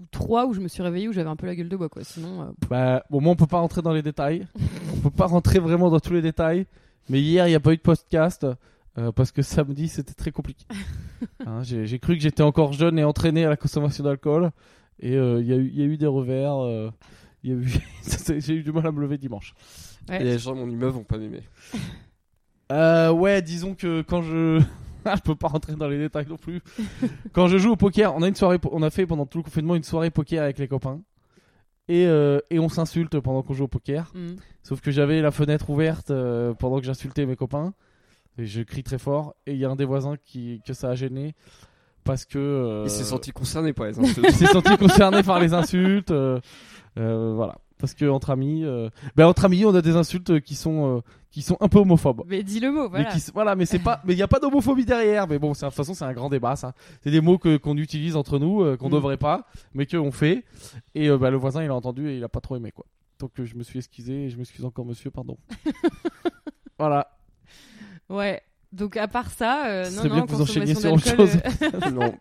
[SPEAKER 3] ou trois où je me suis réveillée où j'avais un peu la gueule de bois, quoi. Sinon, euh,
[SPEAKER 2] Bah, bon, moi, on peut pas rentrer dans les détails. on peut pas rentrer vraiment dans tous les détails. Mais hier, il n'y a pas eu de podcast. euh, parce que samedi, c'était très compliqué. Hein, J'ai j'ai cru que j'étais encore jeune et entraîné à la consommation d'alcool. Et euh, il y, a eu- il y a eu des revers. euh, il y a eu... ça, c'est- J'ai eu du mal à me lever dimanche.
[SPEAKER 3] ouais.
[SPEAKER 4] Et les gens de mon immeuble vont pas m'aimer.
[SPEAKER 2] Euh, ouais, disons que quand je. Ah, je peux pas rentrer dans les détails non plus. quand je joue au poker, on a, une soirée, po- on a fait pendant tout le confinement une soirée poker avec les copains. Et, euh, et on s'insulte pendant qu'on joue au poker.
[SPEAKER 3] Mm.
[SPEAKER 2] Sauf que j'avais la fenêtre ouverte euh, pendant que j'insultais mes copains. Et je crie très fort. Et il y a un des voisins qui, que ça a gêné. Parce que. euh,
[SPEAKER 4] Il s'est senti concerné par les insultes.
[SPEAKER 2] il s'est senti concerné par les insultes. euh, euh, voilà. Parce que entre amis. euh, ben, entre amis, on a des insultes qui sont, euh, qui sont un peu homophobes.
[SPEAKER 3] Mais dis le mot, voilà.
[SPEAKER 2] Bah. Mais qui s- voilà, mais c'est pas, mais il y a pas d'homophobie derrière. Mais bon, c'est- de toute façon, c'est un grand débat, ça. C'est des mots que qu'on utilise entre nous, euh, qu'on
[SPEAKER 3] Mm.
[SPEAKER 2] devrait pas, mais qu'on fait. Et euh, bah, le voisin, il a entendu et il a pas trop aimé, quoi. Donc euh, je me suis excusé et je m'excuse encore, monsieur, pardon. voilà.
[SPEAKER 3] Ouais. Donc à part ça, euh,
[SPEAKER 2] Ce
[SPEAKER 3] non,
[SPEAKER 2] serait
[SPEAKER 3] non,
[SPEAKER 2] bien que vous
[SPEAKER 3] consommation
[SPEAKER 2] enchaîniez sur autre
[SPEAKER 3] d'alcool,
[SPEAKER 2] chose.
[SPEAKER 3] euh,
[SPEAKER 4] non,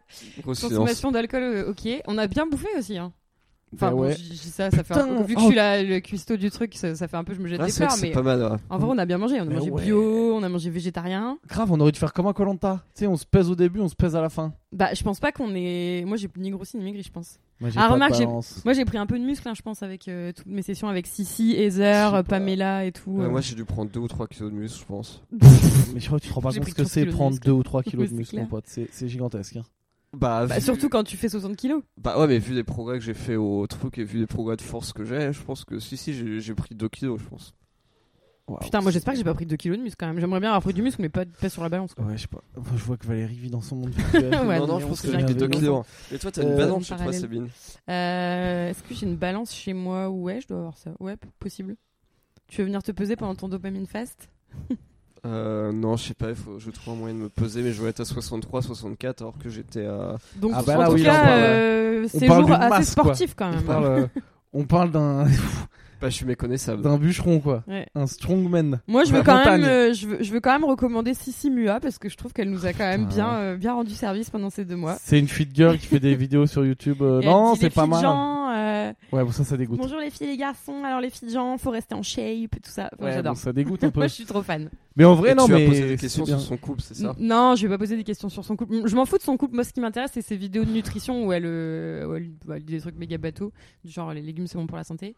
[SPEAKER 4] gros silence.
[SPEAKER 3] consommation d'alcool, euh, ok. On a bien bouffé aussi. Hein. Enfin,
[SPEAKER 2] Bah
[SPEAKER 3] bon,
[SPEAKER 2] ouais.
[SPEAKER 3] je dis ça, ça fait un
[SPEAKER 2] Putain,
[SPEAKER 3] peu- vu que
[SPEAKER 2] oh.
[SPEAKER 3] je suis la, le cuistot du truc, ça, ça fait un peu, je me jette
[SPEAKER 4] Ah,
[SPEAKER 3] des
[SPEAKER 4] c'est vrai
[SPEAKER 3] fleurs.
[SPEAKER 4] que c'est
[SPEAKER 3] Mais
[SPEAKER 4] pas Bah mal. ouais.
[SPEAKER 3] en vrai, on a bien mangé. On a
[SPEAKER 2] Mais
[SPEAKER 3] mangé
[SPEAKER 2] ouais.
[SPEAKER 3] bio, on a mangé végétarien.
[SPEAKER 2] Grave, on aurait dû faire comme un Colanta. Tu sais, on se pèse au début, on se pèse à la fin.
[SPEAKER 3] Bah, je pense pas qu'on est. Moi, j'ai ni grossi ni maigri, je pense.
[SPEAKER 2] Moi, j'ai
[SPEAKER 3] Ah,
[SPEAKER 2] pas de
[SPEAKER 3] remarque, j'ai-
[SPEAKER 2] balance.
[SPEAKER 3] Moi, j'ai pris un peu de muscle, hein, je pense, avec euh, toutes mes sessions avec Sissi, Heather,
[SPEAKER 2] Je sais pas.
[SPEAKER 3] Pamela et tout.
[SPEAKER 4] Ouais,
[SPEAKER 3] euh.
[SPEAKER 4] moi j'ai dû prendre 2 ou 3 kilos de muscle, je pense.
[SPEAKER 2] Mais je crois que tu te rends pas
[SPEAKER 3] J'ai
[SPEAKER 2] compte
[SPEAKER 3] pris
[SPEAKER 2] ce que
[SPEAKER 3] 30
[SPEAKER 2] c'est
[SPEAKER 3] kilos de
[SPEAKER 2] prendre
[SPEAKER 3] muscle.
[SPEAKER 2] 2 ou 3 kilos de
[SPEAKER 3] c'est
[SPEAKER 2] muscle,
[SPEAKER 3] clair.
[SPEAKER 2] mon pote. C'est c'est gigantesque. hein.
[SPEAKER 4] Bah,
[SPEAKER 3] Bah,
[SPEAKER 4] vu-
[SPEAKER 3] surtout quand tu fais 60 kilos.
[SPEAKER 4] bah ouais, mais vu les progrès que j'ai fait au truc et vu les progrès de force que j'ai, je pense que si, si, j'ai j'ai pris 2 kilos, je pense. Waouh,
[SPEAKER 3] Putain, moi
[SPEAKER 4] Ah, c'est-
[SPEAKER 3] j'espère que j'ai pas pris 2 kilos de muscle quand même. J'aimerais bien avoir pris du muscle, mais pas, pas sur la balance. quoi.
[SPEAKER 2] Ouais, je sais pas. Moi, Je vois que Valérie vit dans son monde. virtuel.
[SPEAKER 3] Ouais,
[SPEAKER 4] non, non,
[SPEAKER 3] mais
[SPEAKER 4] je
[SPEAKER 3] on
[SPEAKER 4] pense
[SPEAKER 3] sait
[SPEAKER 4] que j'ai
[SPEAKER 3] bien
[SPEAKER 4] pris
[SPEAKER 3] que
[SPEAKER 4] deux
[SPEAKER 3] c'est
[SPEAKER 4] kilos. hein. Mais toi, t'as
[SPEAKER 2] Euh,
[SPEAKER 4] une balance chez toi,
[SPEAKER 3] parallèle.
[SPEAKER 4] Sabine.
[SPEAKER 3] Euh, Est-ce que j'ai une balance chez moi Ouais, je dois avoir ça. Ouais, p- possible. Tu veux venir te peser pendant ton dopamine fast
[SPEAKER 2] Ah
[SPEAKER 4] Euh, non, je sais pas, il faut, je trouve un moyen de me peser, mais je vais être à 63, 64, alors que j'étais à.
[SPEAKER 3] Donc,
[SPEAKER 2] Ah bah là,
[SPEAKER 3] en tout
[SPEAKER 2] oui, là, on
[SPEAKER 3] cas,
[SPEAKER 2] parle-
[SPEAKER 3] euh,
[SPEAKER 2] on
[SPEAKER 3] c'est
[SPEAKER 2] parle
[SPEAKER 3] jour
[SPEAKER 2] d'une
[SPEAKER 3] assez
[SPEAKER 2] masse, quoi.
[SPEAKER 3] sportif quand
[SPEAKER 2] On
[SPEAKER 3] même.
[SPEAKER 2] parle, euh, on parle d'un
[SPEAKER 4] Bah, je suis méconnaissable.
[SPEAKER 2] d'un bûcheron quoi,
[SPEAKER 3] Ouais.
[SPEAKER 2] un strongman.
[SPEAKER 3] Moi, je veux
[SPEAKER 2] La
[SPEAKER 3] quand même,
[SPEAKER 2] montagne.
[SPEAKER 3] euh, je veux, je veux quand même recommander Sissi Mua parce que je trouve qu'elle nous a quand même
[SPEAKER 2] Putain,
[SPEAKER 3] bien, euh, bien rendu service pendant ces deux mois.
[SPEAKER 2] C'est une fit girl qui fait des vidéos sur YouTube. euh,
[SPEAKER 3] Et elle
[SPEAKER 2] non,
[SPEAKER 3] dit,
[SPEAKER 2] c'est
[SPEAKER 3] les
[SPEAKER 2] pas
[SPEAKER 3] filles de
[SPEAKER 2] mal.
[SPEAKER 3] gens, euh,
[SPEAKER 2] Ouais, bon ça ça dégoûte.
[SPEAKER 3] bonjour les filles, les garçons. Alors les filles de gens, faut rester en shape, tout ça. Enfin,
[SPEAKER 2] Ouais,
[SPEAKER 3] J'adore.
[SPEAKER 2] bon, ça dégoûte un peu.
[SPEAKER 3] Moi, je suis trop fan.
[SPEAKER 2] Mais en vrai
[SPEAKER 4] Et
[SPEAKER 2] non
[SPEAKER 4] tu
[SPEAKER 2] mais
[SPEAKER 4] as posé des
[SPEAKER 2] c'est
[SPEAKER 4] questions
[SPEAKER 2] bien.
[SPEAKER 4] sur son couple, c'est ça
[SPEAKER 3] N- Non, je vais pas poser des questions sur son couple. Je m'en fous de son couple. Moi, ce qui m'intéresse, c'est ses vidéos de nutrition où elle, euh, où elle- où elle dit des trucs méga bateaux, du genre les légumes c'est bon pour la santé.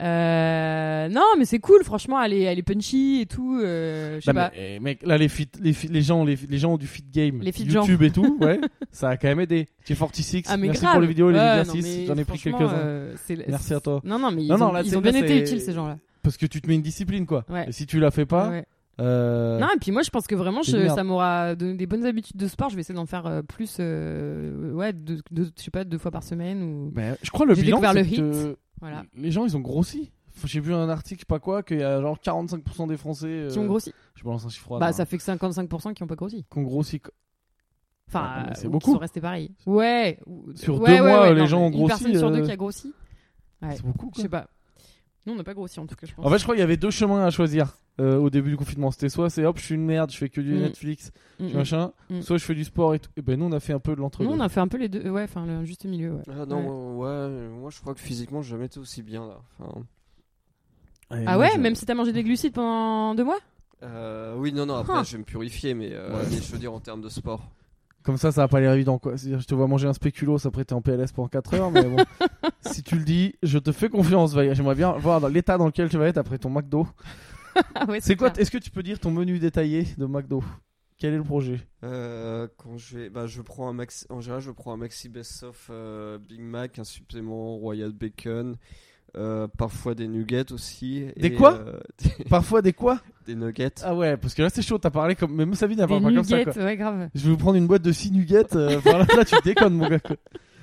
[SPEAKER 3] Euh, non, mais c'est cool. Franchement, elle est, elle est punchy et tout. euh, je sais
[SPEAKER 2] Non,
[SPEAKER 3] pas.
[SPEAKER 2] mais, eh, mec, là les fit, les, fit- les gens les, les gens ont du fit game,
[SPEAKER 3] Les fit
[SPEAKER 2] YouTube et tout, ouais. ça a quand même aidé. J'ai 46.
[SPEAKER 3] Ah, mais
[SPEAKER 2] Merci
[SPEAKER 3] grave.
[SPEAKER 2] pour les vidéos, les
[SPEAKER 3] Ouais, non,
[SPEAKER 2] exercices.
[SPEAKER 3] mais
[SPEAKER 2] J'en ai pris
[SPEAKER 3] franchement,
[SPEAKER 2] quelques-uns.
[SPEAKER 3] euh, c'est-
[SPEAKER 2] Merci à toi.
[SPEAKER 3] Non, non, mais ils,
[SPEAKER 2] Non, non,
[SPEAKER 3] ont,
[SPEAKER 2] là,
[SPEAKER 3] ils
[SPEAKER 2] c'est-
[SPEAKER 3] ont bien
[SPEAKER 2] là,
[SPEAKER 3] été
[SPEAKER 2] c'est-
[SPEAKER 3] utiles, ces gens-là.
[SPEAKER 2] Parce que tu te mets une discipline quoi.
[SPEAKER 3] Ouais.
[SPEAKER 2] Et si tu la fais pas,
[SPEAKER 3] Ouais.
[SPEAKER 2] euh,
[SPEAKER 3] Non, et puis moi, je pense que vraiment,
[SPEAKER 2] c'est
[SPEAKER 3] je-
[SPEAKER 2] une merde.
[SPEAKER 3] ça m'aura donné des bonnes habitudes de sport. Je vais essayer d'en faire euh, plus, euh, ouais, deux, deux- je sais pas, deux fois par semaine. Ou...
[SPEAKER 2] mais je crois le
[SPEAKER 3] J'ai
[SPEAKER 2] bilan
[SPEAKER 3] découvert le
[SPEAKER 2] c'est que-
[SPEAKER 3] Voilà.
[SPEAKER 2] Les gens, ils ont grossi. Faut- J'ai vu un article, je sais pas quoi, qu'il y a genre 45% des Français. euh,
[SPEAKER 3] Qui ont grossi.
[SPEAKER 2] Je balance un chiffre. au
[SPEAKER 3] Bah,
[SPEAKER 2] hasard,
[SPEAKER 3] ça fait que 55% qui ont pas grossi.
[SPEAKER 2] hein, Qui ont grossi. quoi.
[SPEAKER 3] Enfin,
[SPEAKER 2] Ouais, mais Ah, c'est
[SPEAKER 3] euh, ou
[SPEAKER 2] beaucoup.
[SPEAKER 3] qui sont restés pareils. Ouais. ou-
[SPEAKER 2] Sur
[SPEAKER 3] ouais,
[SPEAKER 2] deux
[SPEAKER 3] ouais,
[SPEAKER 2] mois,
[SPEAKER 3] ouais,
[SPEAKER 2] les
[SPEAKER 3] non,
[SPEAKER 2] gens ont
[SPEAKER 3] une
[SPEAKER 2] grossi,
[SPEAKER 3] personne sur deux
[SPEAKER 2] euh,
[SPEAKER 3] qui a grossi. Ouais.
[SPEAKER 2] C'est beaucoup, quoi.
[SPEAKER 3] Je sais pas. Nous, on n'a pas grossi en tout cas, je pense.
[SPEAKER 2] En fait, je crois qu'il y avait deux chemins à choisir euh, au début du confinement. C'était soit c'est hop, je suis une merde, je fais que du
[SPEAKER 3] Mm.
[SPEAKER 2] Netflix,
[SPEAKER 3] Mm, mm.
[SPEAKER 2] machin,
[SPEAKER 3] Mm.
[SPEAKER 2] soit je fais du sport et tout. Et ben nous, on a fait un peu de l'entre-deux.
[SPEAKER 3] Nous, on a fait un peu les deux. Ouais, enfin, le juste milieu. Ouais.
[SPEAKER 4] Ah non, ouais. euh, moi je crois que physiquement j'ai jamais été aussi bien là. Enfin,
[SPEAKER 2] Et
[SPEAKER 3] Ah
[SPEAKER 2] moi,
[SPEAKER 3] ouais,
[SPEAKER 2] je-
[SPEAKER 3] même si t'as mangé des glucides pendant deux mois
[SPEAKER 4] euh, oui, non, non, après
[SPEAKER 3] Ah.
[SPEAKER 4] je vais me purifier, mais, euh,
[SPEAKER 2] Ouais.
[SPEAKER 4] mais je veux dire en termes de sport.
[SPEAKER 2] Comme ça, ça va pas l'air évident quoi. C'est-à-dire, je te vois manger un spéculoos, après t'es en PLS pendant 4 heures, mais bon. si tu le dis, je te fais confiance, Valérie. J'aimerais bien voir dans l'état dans lequel tu vas être après ton McDo.
[SPEAKER 3] Ah ouais,
[SPEAKER 2] C'est quoi
[SPEAKER 3] clair.
[SPEAKER 2] Est-ce que tu peux dire ton menu détaillé de McDo Quel est le projet
[SPEAKER 4] Euh, quand je vais, bah, je prends un maxi, en général je prends un maxi best of euh, Big Mac, un supplément Royal Bacon, euh, parfois des nuggets aussi.
[SPEAKER 2] Des
[SPEAKER 4] et,
[SPEAKER 2] quoi
[SPEAKER 4] euh,
[SPEAKER 2] Parfois des quoi
[SPEAKER 4] Des nuggets.
[SPEAKER 2] Ah ouais, parce que là c'est chaud, t'as parlé comme. Même Sabine elle
[SPEAKER 3] Des
[SPEAKER 2] parle pas comme ça
[SPEAKER 3] nuggets,
[SPEAKER 2] quoi.
[SPEAKER 3] ouais, grave.
[SPEAKER 2] Je vais vous prendre une boîte de 6 nuggets. euh, enfin, là, là, tu déconnes mon gars quoi.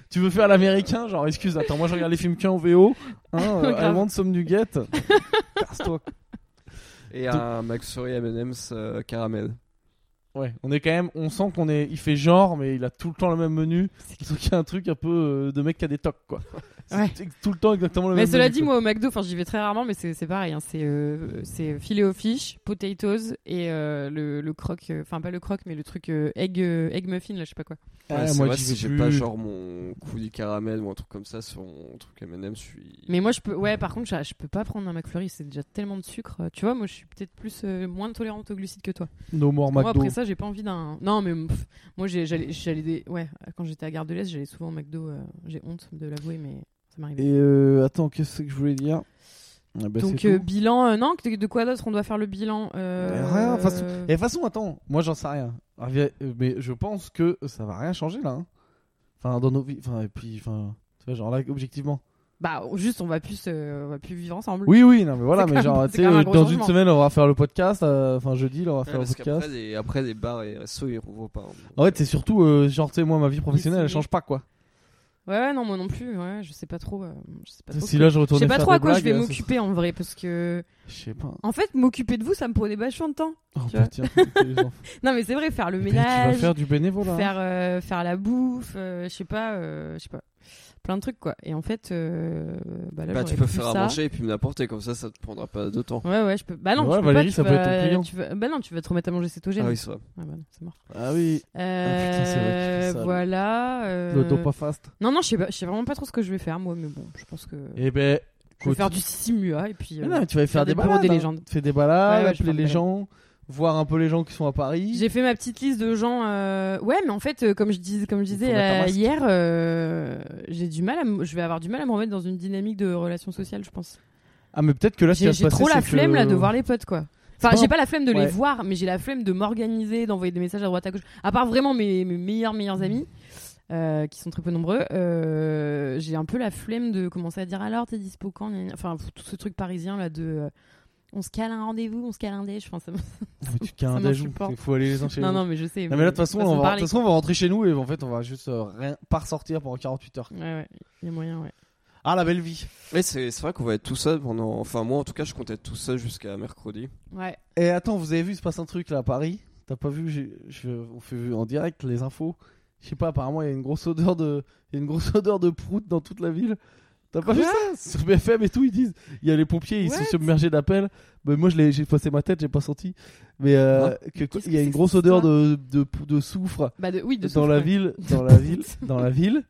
[SPEAKER 2] Tu veux faire l'américain Genre excuse, attends, moi je regarde les films qu'en VO. Hein, euh,
[SPEAKER 3] Grave.
[SPEAKER 2] allemande somme nuggets. Casse-toi quoi.
[SPEAKER 4] Et un McFlurry M&M's euh, caramel.
[SPEAKER 2] Ouais, on est quand même. On sent qu'on est. Il fait genre, mais il a tout le temps le même menu. Donc il y a un truc un peu euh, de mec qui a des tocs quoi. C'est
[SPEAKER 3] Ouais.
[SPEAKER 2] tout le temps exactement le
[SPEAKER 3] Mais
[SPEAKER 2] même
[SPEAKER 3] cela
[SPEAKER 2] menu,
[SPEAKER 3] dit,
[SPEAKER 2] quoi.
[SPEAKER 3] moi au McDo, enfin j'y vais très rarement, mais c'est c'est pareil. hein, c'est euh, c'est filet aux fish, potatoes et euh, le, le croque, euh, enfin pas le croque, mais le truc euh, egg, euh, egg muffin, là je sais pas quoi.
[SPEAKER 2] Ah,
[SPEAKER 4] Ouais, c'est
[SPEAKER 2] moi,
[SPEAKER 4] vrai,
[SPEAKER 2] j'y
[SPEAKER 4] si
[SPEAKER 2] vais
[SPEAKER 4] j'ai
[SPEAKER 2] plus.
[SPEAKER 4] pas genre mon coulis caramel ou un truc comme ça sur mon truc M&M's, je suis.
[SPEAKER 3] Mais moi je peux, ouais, par contre, je, je peux pas prendre un McFlurry, c'est déjà tellement de sucre. Tu vois, moi je suis peut-être plus euh, moins tolérante aux glucides que toi.
[SPEAKER 2] No more
[SPEAKER 3] Moi
[SPEAKER 2] McDo.
[SPEAKER 3] après ça, j'ai pas envie d'un. Non, mais pff, moi j'ai- j'allais j'allais des. Ouais, quand j'étais à Gare de l'Est, j'allais souvent au McDo. euh, j'ai honte de l'avouer, mais ça m'arrivait.
[SPEAKER 2] Et euh, attends, qu'est-ce que je voulais dire Ah bah,
[SPEAKER 3] Donc
[SPEAKER 2] c'est
[SPEAKER 3] euh,
[SPEAKER 2] tout.
[SPEAKER 3] bilan, euh, non, de de quoi d'autre on doit faire le bilan euh,
[SPEAKER 2] Mais rien, enfin, c'est- Et de toute façon, attends, moi j'en sais rien. Alors, vi- euh, Mais je pense que ça va rien changer là. hein. Enfin, dans nos vies. Enfin, et puis, enfin. Tu vois, genre là, objectivement.
[SPEAKER 3] Bah, juste, on va plus, euh, on va plus vivre ensemble.
[SPEAKER 2] Oui, oui, non, mais voilà,
[SPEAKER 3] C'est
[SPEAKER 2] mais
[SPEAKER 3] quand
[SPEAKER 2] genre,
[SPEAKER 3] même-
[SPEAKER 2] tu
[SPEAKER 3] c'est
[SPEAKER 2] sais,
[SPEAKER 3] quand même un
[SPEAKER 2] euh,
[SPEAKER 3] gros
[SPEAKER 2] dans une
[SPEAKER 3] changement.
[SPEAKER 2] semaine, on va faire le podcast. euh, Enfin, jeudi, là, on va
[SPEAKER 4] Ouais,
[SPEAKER 2] faire le
[SPEAKER 4] parce qu'après
[SPEAKER 2] podcast.
[SPEAKER 4] les, après, les bars et restos ils rouvrent pas. hein.
[SPEAKER 2] En fait, c'est surtout, euh, genre, tu sais, moi, ma vie professionnelle, elle
[SPEAKER 3] c'est-
[SPEAKER 2] change pas quoi.
[SPEAKER 3] Ouais, ouais, non, moi non plus. Ouais, je sais pas trop. euh, je sais pas trop.
[SPEAKER 2] Si
[SPEAKER 3] que-
[SPEAKER 2] là, je
[SPEAKER 3] je
[SPEAKER 2] retournais
[SPEAKER 3] sais pas
[SPEAKER 2] faire
[SPEAKER 3] trop à
[SPEAKER 2] des
[SPEAKER 3] quoi je vais
[SPEAKER 2] blagues, euh, ce
[SPEAKER 3] m'occuper en vrai, parce que.
[SPEAKER 2] serait- Je sais pas.
[SPEAKER 3] En fait, m'occuper de vous, ça me prenait vachement de temps.
[SPEAKER 2] Oh
[SPEAKER 3] Tu vois.
[SPEAKER 2] putain, t'es les enfants.
[SPEAKER 3] Non, mais c'est vrai, faire le
[SPEAKER 2] Mais Tu vas
[SPEAKER 3] ménage,
[SPEAKER 2] faire du bénévolat. hein.
[SPEAKER 3] faire, euh, faire la bouffe, euh, je sais pas, euh, je sais pas. Plein de trucs, quoi. Et en fait, euh, bah là,
[SPEAKER 4] Bah,
[SPEAKER 3] j'aurais
[SPEAKER 4] tu peux
[SPEAKER 3] plus
[SPEAKER 4] faire
[SPEAKER 3] ça.
[SPEAKER 4] à manger et puis me l'apporter comme ça, ça te prendra pas de temps.
[SPEAKER 3] Ouais, ouais, je peux. Bah non,
[SPEAKER 2] Ouais,
[SPEAKER 3] tu peux
[SPEAKER 2] Valérie,
[SPEAKER 3] pas, tu
[SPEAKER 2] ça peut
[SPEAKER 3] vas-
[SPEAKER 2] être ton client.
[SPEAKER 3] tu vas- Bah non, tu vas te remettre à manger cétogène.
[SPEAKER 4] Ah oui, c'est vrai.
[SPEAKER 3] Ah bah non, c'est mort.
[SPEAKER 2] Ah oui, putain, c'est vrai qu'il fait ça,
[SPEAKER 3] Euh,
[SPEAKER 2] le-
[SPEAKER 3] voilà. euh,
[SPEAKER 2] le dos pas fast.
[SPEAKER 3] Non, non, je sais pas- je sais vraiment pas trop ce que je vais faire, moi, mais bon, je pense que.
[SPEAKER 2] Et ben.
[SPEAKER 3] Je vais
[SPEAKER 2] écoute,
[SPEAKER 3] faire du Sissimua et puis.
[SPEAKER 2] Mais
[SPEAKER 3] euh,
[SPEAKER 2] non, mais tu vas faire
[SPEAKER 3] faire
[SPEAKER 2] des,
[SPEAKER 3] des bureaux
[SPEAKER 2] balades.
[SPEAKER 3] des
[SPEAKER 2] hein.
[SPEAKER 3] légendes.
[SPEAKER 2] Tu fais des balades,
[SPEAKER 3] Ouais, ouais, je
[SPEAKER 2] appeler
[SPEAKER 3] fais des
[SPEAKER 2] les gens, voir un peu les gens qui sont à Paris.
[SPEAKER 3] J'ai fait ma petite liste de gens. euh, Ouais, mais en fait, euh, comme je, dis, comme je disais
[SPEAKER 2] Faut mettre un
[SPEAKER 3] euh,
[SPEAKER 2] masque.
[SPEAKER 3] hier, euh, j'ai du mal. À m- je vais avoir du mal à me remettre dans une dynamique de relations sociales, je pense.
[SPEAKER 2] Ah, mais peut-être que là, ce qui
[SPEAKER 3] J'ai
[SPEAKER 2] va se
[SPEAKER 3] j'ai
[SPEAKER 2] passer,
[SPEAKER 3] trop la
[SPEAKER 2] c'est
[SPEAKER 3] flemme
[SPEAKER 2] que-
[SPEAKER 3] là de voir les potes, quoi. Enfin,
[SPEAKER 2] pas un-
[SPEAKER 3] j'ai pas la flemme de
[SPEAKER 2] Ouais.
[SPEAKER 3] les voir, mais j'ai la flemme de m'organiser, d'envoyer des messages à droite à gauche. À part vraiment mes, mes meilleurs meilleurs amis, euh, qui sont très peu nombreux, euh, j'ai un peu la flemme de commencer à dire alors t'es dispo quand gna gna Enfin, pff, tout ce truc parisien là de. euh, On se cale un rendez-vous, on se cale un dé, je pense. ça me-
[SPEAKER 2] Ah, Mais tu qu'as
[SPEAKER 3] Ça
[SPEAKER 2] un
[SPEAKER 3] marche
[SPEAKER 2] dajou,
[SPEAKER 3] pas.
[SPEAKER 2] il faut aller les enchaîner.
[SPEAKER 3] Non, non, mais je sais.
[SPEAKER 2] Non, mais là, de toute façon, on va, de
[SPEAKER 3] parler,
[SPEAKER 2] toute façon, on va rentrer chez nous et en fait, on va juste euh, rien, pas ressortir pendant 48 heures.
[SPEAKER 3] quoi. Ouais, ouais, il y a moyen, ouais.
[SPEAKER 2] Ah, la belle vie.
[SPEAKER 4] Mais c'est c'est vrai qu'on va être tout seul pendant. Enfin, moi en tout cas, je compte être tout seul jusqu'à mercredi.
[SPEAKER 3] Ouais.
[SPEAKER 2] Et Eh, attends, vous avez vu, il se passe un truc là à Paris T'as pas vu j'ai- je- On fait en direct les infos. Je sais pas, apparemment, il y a une grosse odeur de, il y a une grosse odeur de prout dans toute la ville. T'as pas vu ça Sur BFM et tout, ils disent il y a les pompiers, ils sont
[SPEAKER 3] What
[SPEAKER 2] submergés d'appels. Mais moi, je l'ai- j'ai passé ma tête, j'ai pas senti. Mais euh, que-
[SPEAKER 3] Qu'est-ce
[SPEAKER 2] il y a
[SPEAKER 3] que
[SPEAKER 2] une
[SPEAKER 3] c'est
[SPEAKER 2] grosse
[SPEAKER 3] que
[SPEAKER 2] odeur
[SPEAKER 3] ça
[SPEAKER 2] de, de, de soufre
[SPEAKER 3] Bah, de, oui, de
[SPEAKER 2] dans
[SPEAKER 3] souffle,
[SPEAKER 2] la
[SPEAKER 3] ouais.
[SPEAKER 2] ville, dans la ville, dans la ville.